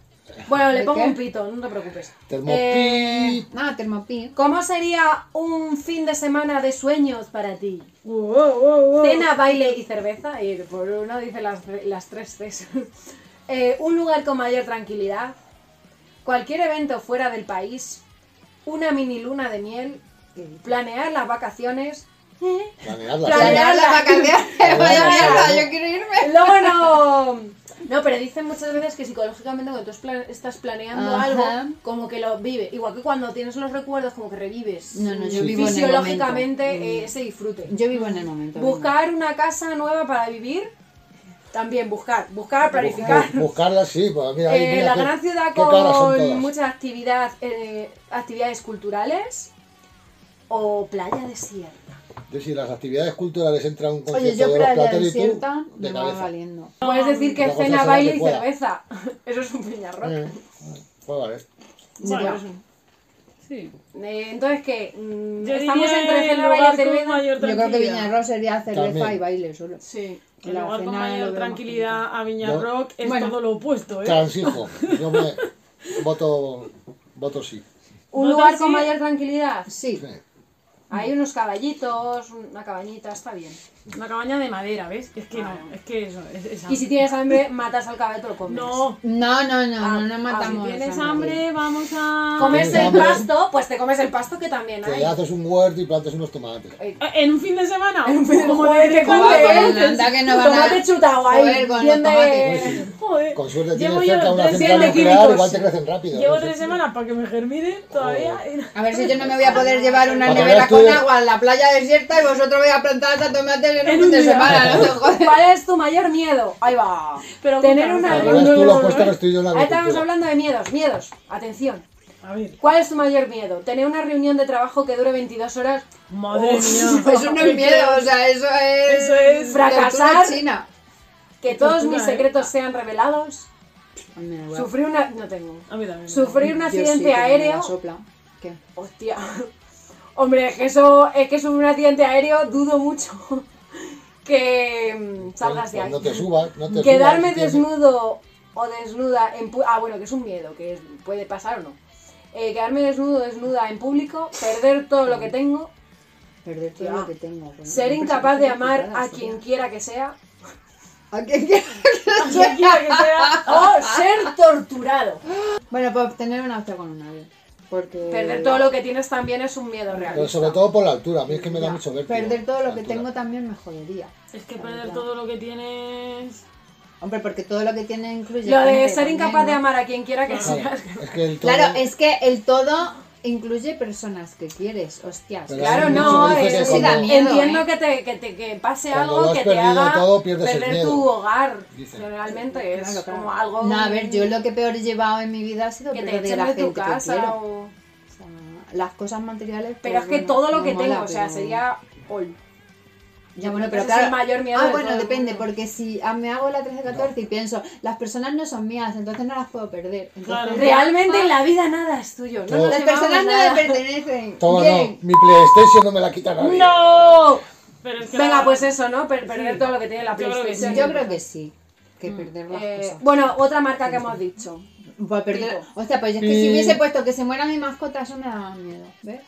C: Bueno, le
D: ¿El
C: pongo
D: qué?
C: un pito, no te preocupes.
B: Thermopil.
C: Eh,
D: Ah, termopil.
C: ¿Cómo sería un fin de semana de sueños para ti?
E: Wow, wow, wow.
C: Cena, baile y cerveza. Y por uno dice las, las tres Cs. Eh, un lugar con mayor tranquilidad. Cualquier evento fuera del país. Una mini luna de miel. Planear las vacaciones. ¿eh?
B: planear la cena.
C: Planear-
D: Planear las vacaciones. Vaya
B: Vaya
D: mierda,
B: mierda.
D: yo quiero irme.
C: Luego no. No, pero dicen muchas veces que psicológicamente cuando tú es plan- estás planeando
D: Ajá.
C: algo, como que lo vive. Igual que cuando tienes los recuerdos, como que revives.
D: No, no, yo vivo
C: Mm,
D: en el Mm.
C: Fisiológicamente
D: momento.
C: eh, ese disfrute.
D: Yo vivo en el momento.
C: Buscar una casa nueva para vivir. También buscar, buscar, planificar.
B: Bu- Buscarla, sí, pues mira, ahí,
C: Eh,
B: mira
C: la
B: qué-
C: gran ciudad
B: qué caras son todas.
C: con muchas actividad, eh, actividades culturales o playa desierta.
B: Yo, si las actividades culturales entran un
D: Oye,
B: concierto
D: yo
B: de los
D: playa
B: plateros y tú,
D: desierta
B: de
D: me va
B: cabeza.
D: valiendo.
C: Puedes decir que
B: Una Ah, cosa
C: cena,
B: será
C: baile
B: que
C: y
B: pueda.
C: cerveza. Eso es un peñarrock.
B: Eh, Pues vale.
E: Bueno,
D: Yo-
E: sí.
C: Eh, entonces, ¿qué? Mm,
E: Yo
C: Estamos
E: diría
C: entre
E: el
C: cena, baile
E: lugar
C: y
E: con
C: cerveza.
E: mayor
D: Yo creo que
E: tranquilidad.
D: Viñarro sería cerveza
B: También.
D: y baile solo.
C: Sí.
E: El
D: La
E: lugar
D: cena
E: con
D: lo
E: mayor
D: veo
E: tranquilidad a
B: No.
E: Viñarrock es
D: Bueno.
E: todo lo opuesto, ¿eh?
B: Transijo. Yo me voto, voto sí.
C: ¿Un
E: ¿Votas
C: lugar con
E: sí?
C: mayor tranquilidad?
D: Sí.
B: Sí.
C: Hay unos caballitos, una cabañita, está bien.
E: Una cabaña de madera, ¿ves? Es que no,
C: Claro.
E: es que eso, es, es
C: Y si tienes hambre, matas al caballo y te lo comes.
E: No,
D: No, no, no,
C: Ah,
D: no, no
C: ah,
D: matamos.
E: si tienes
D: a nadie.
E: hambre, vamos a...
C: Comes
B: Tienes
C: el
B: hambre.
C: pasto, pues te comes el pasto que también
B: Te
C: hay.
B: haces un huerto y plantas unos tomates.
C: Ay,
E: ¿En un fin de semana?
C: En un fin de-
E: Como
C: joder,
E: de
C: qué
E: repente,
C: joder.
E: ¿eh?
D: Bueno, anda que no van a-
C: tomate chutado ahí.
D: Joder, con los
C: bien de-
D: tomates.
B: Pues sí.
E: Joder.
B: Con suerte
E: Llevo
B: tienes
E: yo
B: cerca una
E: tres-
B: central
C: de
B: nuclear,
C: químicos.
B: igual te Oh. crecen rápido.
E: Llevo
B: no sé.
E: tres semanas para que me germinen todavía. y no-
D: A ver si yo no me voy a poder llevar una
B: Cuando
D: nevera
B: veas tú
D: con
B: de-
D: agua a la playa desierta y vosotros vais a plantar hasta tomates en
E: En
D: un fin
E: un
D: de
E: día.
D: semana, no te jodas.
C: ¿Cuál es tu mayor miedo? Ahí va.
E: Pero
C: Tener
E: cuéntanos,
C: una.
E: ¿cuál
B: Al revés,
C: no,
B: tú lo
C: no, no,
B: has puesto
C: no.
B: en el estudio en la
C: Ahí estamos
B: agricultura.
C: hablando de miedos, miedos. Atención.
E: A ver.
C: ¿Cuál es tu mayor miedo? ¿Tener una reunión de trabajo que dure 22 horas?
E: Madre mía.
D: Eso no es miedo, o sea, eso es.
E: Eso es
D: fracasar.
C: fracasar.
D: china.
C: ¿Que todos
E: Tortura,
C: mis
E: ¿eh?
C: secretos sean revelados? ¿Sufrir una... no tengo.
E: A mí también.
C: ¿Sufrir un
D: Yo sí,
C: accidente
D: que me la
C: aéreo?
D: Sopla. ¿Qué?
C: Hostia. Hombre, es que eso... Es que sufrir un accidente aéreo dudo mucho que mm, salgas de ahí.
B: Pues No te subas, no te
C: Quedarme
B: subas, tienes-
C: desnudo o desnuda en... pu- Ah, bueno, que es un miedo, que es- puede pasar o no. Eh, quedarme desnudo o desnuda en público, perder todo lo que tengo,
D: Perder todo
C: Ya.
D: lo que tengo. Bueno,
C: Ah, ser
D: pues,
C: incapaz de
D: qué
C: amar
D: putada,
C: a
D: sí.
C: quien quiera que sea,
D: ¿A quién quiera que
E: Yo
D: sea?
E: quiero que sea.
C: o ser torturado.
D: Bueno, pues tener una hostia con un ave. Porque.
B: Eh,
C: Perder todo lo que tienes también es un miedo real.
B: Pero sobre todo por la altura, a mí es que me da
D: Ya,
B: mucho vértigo.
D: Perder todo lo que
B: la altura.
D: tengo también me jodería.
E: Es que perder todo lo que tienes.
D: Hombre, porque todo lo que tiene incluye.
C: Lo de
D: gente
C: ser
D: también,
C: incapaz de
D: ¿no?
C: amar a quien quiera que sea.
B: Claro, es que el todo...
D: Claro, es que el todo incluye personas que quieres, hostias.
B: Pero
C: Claro,
B: hay mucho
C: no,
B: que
D: eso
B: dice
D: sí
B: que
D: da
B: cuando-
D: miedo,
C: Entiendo
D: ¿eh?
C: que te, que te que pase
B: Cuando lo
C: algo
B: has
C: que te
B: perdido
C: haga
B: todo, pierdes el
C: perder
B: miedo.
C: tu hogar.
B: Dicen.
C: Generalmente es
D: Claro, claro.
C: como algo
D: No, a ver, yo lo que peor he llevado en mi vida ha sido
C: que te
D: perder
C: echen
D: a
C: de
D: gente
C: tu
D: que
C: casa.
D: quiero.
C: o-
D: O sea, las cosas materiales. pues,
C: Pero es que
D: bueno,
C: todo lo
D: no
C: que
D: mola,
C: tengo, o sea,
D: pero-
C: sería hoy.
D: Ya, bueno, pero
C: Ese es
D: claro.
C: el mayor miedo
D: ah,
C: de
D: bueno,
C: todo el
D: depende,
C: mundo.
D: porque si ah, me hago la 13-14 y pienso, las personas no son mías, entonces no las puedo perder.
E: Claro.
D: Entonces,
C: Realmente en la vida nada es tuyo. No
B: Todo.
C: nos
D: Las
C: llevamos
D: personas no
C: nada.
D: me pertenecen.
B: Todo no,
D: Bien.
B: mi PlayStation no me la quita nadie.
E: ¡No! Pero es que
C: Venga,
E: la-
C: pues eso, ¿no? Per- perder
E: Sí.
C: todo lo que tiene la
E: Yo creo que
C: PlayStation.
E: sí.
D: Yo creo que sí, que perder las
C: Eh,
D: cosas.
C: bueno, otra marca que hemos dicho.
D: Voy a perder.
C: pico.
D: O sea, pues es que si hubiese puesto que se muera mi mascota, eso me daba miedo, ¿ves?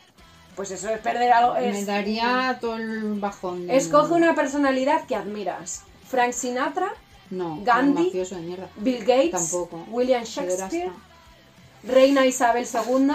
C: Pues eso es perder algo.
D: Me
C: Es,
D: daría todo el bajón. de-
C: escoge una personalidad que admiras. Frank Sinatra,
D: No,
C: Gandhi.
D: un mafioso de mierda.
C: Bill Gates,
D: Tampoco.
C: William
D: Shakespeare.
C: Shakespeare, Reina Isabel II,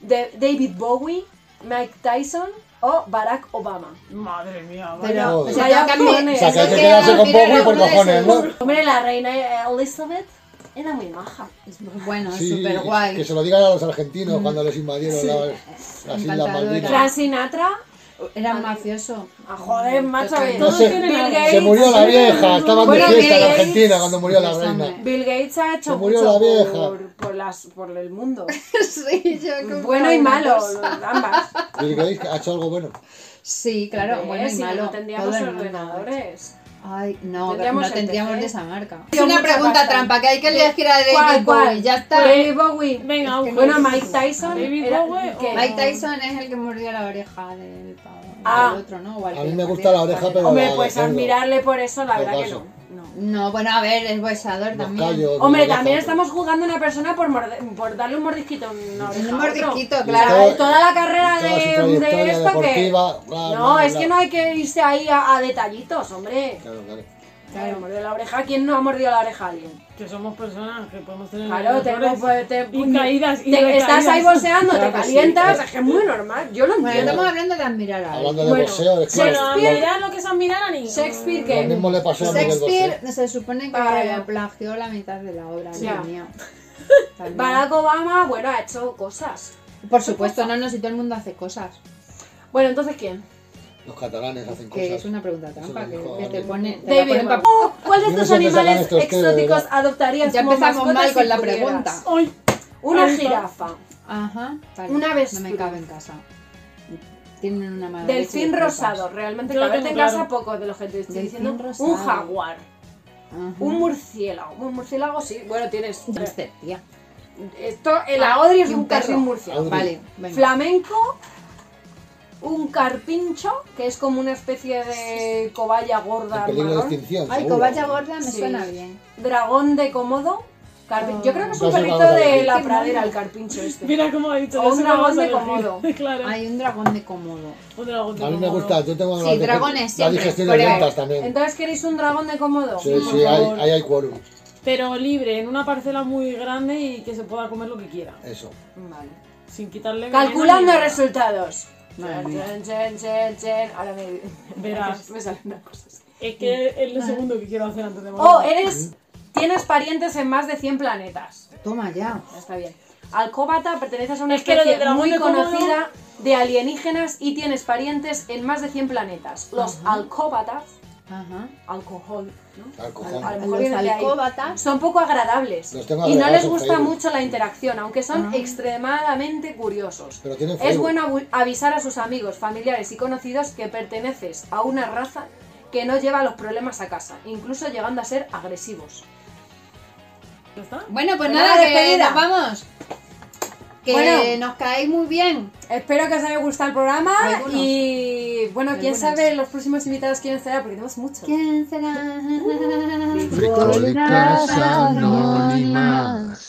C: de- David Bowie, Mike Tyson o Barack Obama.
E: Madre mía, vaya.
D: Pero, o
B: Joder.
D: sea, yo cambié.
C: O sea, que hay
B: que
D: eso
B: quedarse
D: queda
B: con
D: mirar
B: Bowie por
D: alguno de
B: cojones,
D: esos.
B: ¿no?
C: Hombre, la reina Elizabeth era muy maja.
D: Es- Bueno, es
B: Sí,
D: súper
B: Que
D: guay.
B: se lo digan a los argentinos cuando les invadieron las, las Islas
D: Encantadora.
B: Malvinas.
C: Frank Sinatra,
D: Era un mafioso.
C: ah, joder, macho,
D: Total.
C: eh,
B: No sé,
C: Bill Gates.
B: Mm, Se murió la vieja, estaban de
D: Bueno,
B: fiesta en
D: Bill Gates-
B: Argentina cuando murió la
D: Pues,
B: reina.
D: hombre.
C: Bill Gates ha hecho
B: Se murió
C: mucho
B: la vieja.
C: Por, por las, por el mundo.
D: sí, yo como
C: Bueno y
D: una
C: malo,
D: cosa.
C: ambas.
B: Bill Gates ha hecho algo bueno.
D: Sí, claro,
C: Hombre,
D: bueno y
C: si no,
D: malo.
C: no tendríamos
D: todo el mundo.
C: ordenadores.
D: Ay, no,
C: Tendríamos
D: no
C: el
D: tendríamos
C: PC.
D: de esa marca. Es
C: Tío,
D: una
C: mucha
D: pregunta
C: pasta.
D: trampa, que hay que elegir a
C: ¿Cuál,
D: David
C: cuál?
D: Bowie, ya está.
C: David Bowie.
E: Venga, un
C: Bueno, Mike Tyson.
E: David
C: era-
E: Bowie o-
C: que-
D: Mike Tyson es el que mordió la oreja del pavo.
C: Ah.
D: del otro, ¿no? O al
B: A
D: que
B: mí me
D: mordió
B: gusta la oreja,
D: pata.
B: pero-
C: Hombre,
B: la
C: pues
B: defiendo.
C: admirarle por eso, la
B: Lo
C: verdad que
B: paso.
C: no. no.
D: No, bueno, a ver, es boxeador
B: Los
D: también.
B: callos.
C: Hombre,
B: la oreja,
C: también
B: pero-
C: estamos jugando a una persona por, morde- por darle un mordisquito. en una oreja
D: Un
C: a otro.
D: mordisquito,
B: Y
D: claro.
B: todo-
C: Toda la carrera
B: toda su
C: de, de
B: trayectoria
C: esto que.
B: deportiva, bla,
C: no,
B: bla,
C: es
B: bla.
C: que no hay que irse ahí a, a detallitos, hombre.
B: Claro, claro.
C: Claro, mordió la oreja. ¿Quién no ha mordido la oreja a alguien?
E: Que somos personas que podemos
B: Mm,
E: tener.
C: Claro, te,
E: errores
C: pues, te-
E: y caídas y
C: te- estás
E: recaídas.
C: ahí boxeando,
B: Claro
C: te
B: que sí.
C: calientas, es que es muy normal. Yo lo
D: Bueno,
C: entiendo.
D: estamos hablando de admirar a alguien.
B: Hablando de
C: Bueno,
B: boxeo, es que
E: Bueno,
B: lo-
E: a mirar lo que se admirar a
C: Shakespeare
B: lo
C: que
B: mismo le pasó a Miguel Bosé.
D: Pues Shakespeare se supone que
C: Vaya.
D: plagió la mitad de la obra,
C: Ya.
D: Dios mío. También.
C: Barack Obama, bueno, ha hecho cosas.
D: Por supuesto, no, no, si todo el mundo hace cosas.
C: Bueno, entonces ¿quién?
B: Los catalanes hacen
D: Que es
B: cosas.
D: una pregunta trampa,
B: Eso lo
D: que,
B: dijo
D: que te
B: David.
D: pone, te la
C: David
D: pone en
C: Bowie.
D: papel.
C: Oh, ¿Cuál de
B: Yo no
C: estos
B: sé dónde sacan
C: animales
B: estos tíos, de
C: exóticos
B: verdad.
C: adoptarías
D: Ya
C: como
D: empezamos
C: mascota
D: mal
C: si
D: con la
C: pudieras?
D: pregunta.
E: Ay,
C: Una
E: Ahí está.
C: jirafa,
D: Ajá, vale,
C: Una vez
D: No me
C: tú.
D: cabe en casa. Tienen una mala leche de
C: delfín
D: flipas.
C: rosado, realmente
E: Yo lo
C: caberte en
E: tengo claro.
C: casa poco de lo que te estoy
D: Delfín
C: diciendo.
D: rosado.
C: Un jaguar,
D: Ajá.
C: un murciélago, un murciélago sí, bueno, tienes eh,
D: Hamster, tía.
C: esto el Aodri es
D: Y
C: un,
D: un perro.
C: casi un murciélago.
B: Audrey.
D: Vale, venga.
C: Flamenco, un carpincho, que es como una especie de cobaya
B: En
C: gorda
B: peligro de
C: marrón.
B: extinción.
D: Ay,
B: seguro.
D: cobaya gorda me
C: Sí.
D: suena bien.
C: Dragón de Komodo, Carpi- Yo creo que es un
B: Dos
C: perrito
B: hermanos
C: de
B: ahí.
C: la pradera, el carpincho este.
E: Mira cómo ha dicho.
C: O
E: ya
C: un
E: sé cómo vas
C: dragón
E: a
C: de
E: elegir.
C: Komodo.
E: claro.
D: Hay un dragón de cómodo.
E: Un dragón de
B: A mí me
E: Komodo.
B: gusta, yo tengo
D: Sí,
B: la, digest-
D: dragones
B: la
D: siempre,
B: digestión de
D: pero-
B: lentas también.
C: Entonces, ¿queréis un dragón de cómodo?
B: Sí,
E: por
B: sí, hay,
E: favor.
B: ahí hay quórum.
E: Pero libre, en una parcela muy grande y que se pueda comer lo que quiera.
B: Eso.
C: Vale.
E: Sin quitarle. veneno ni
C: Calculando
E: nada.
C: resultados.
D: Madre
C: Chen,
D: mía.
C: chen, chen, chen, chen. Ahora me,
E: Verás.
C: me sale una cosa así.
E: Es que es lo segundo que quiero hacer antes de morir.
C: Oh, eres. Tienes parientes en más de 100 planetas.
D: Toma ya.
C: Ya Está bien. Alcóbata perteneces a una
E: Es que lo del
C: especie
E: dragón
C: muy
E: de Komodo-
C: conocida de alienígenas y tienes parientes en más de 100 planetas. Los alcóbatas,
D: Ajá.
C: alcohol, ¿no?
B: Al cojón.
C: A lo mejor
D: Los
C: vienen de ahí.
D: alcóbatas.
C: Son poco agradables
B: Los tengo
C: y no
B: agregados
C: les
B: en
C: gusta
B: Facebook.
C: mucho la interacción, aunque son
E: Ah.
C: extremadamente curiosos.
B: Pero tienen
C: Es
B: Facebook.
C: bueno abu- avisar a sus amigos, familiares y conocidos que perteneces a una raza que no lleva los problemas a casa, incluso llegando a ser agresivos.
E: ¿Ya está?
D: Bueno, pues
C: Pues
D: nada,
C: nada,
D: que
C: despedida.
D: nos vamos. Que
C: Bueno.
D: nos caéis muy bien.
C: Espero que os haya gustado el programa
D: Algunos.
C: y bueno, quién
D: Algunos.
C: sabe los próximos invitados quiénes serán porque tenemos muchos.
D: ¿Quién será?
B: Fricolicas
A: anónimas.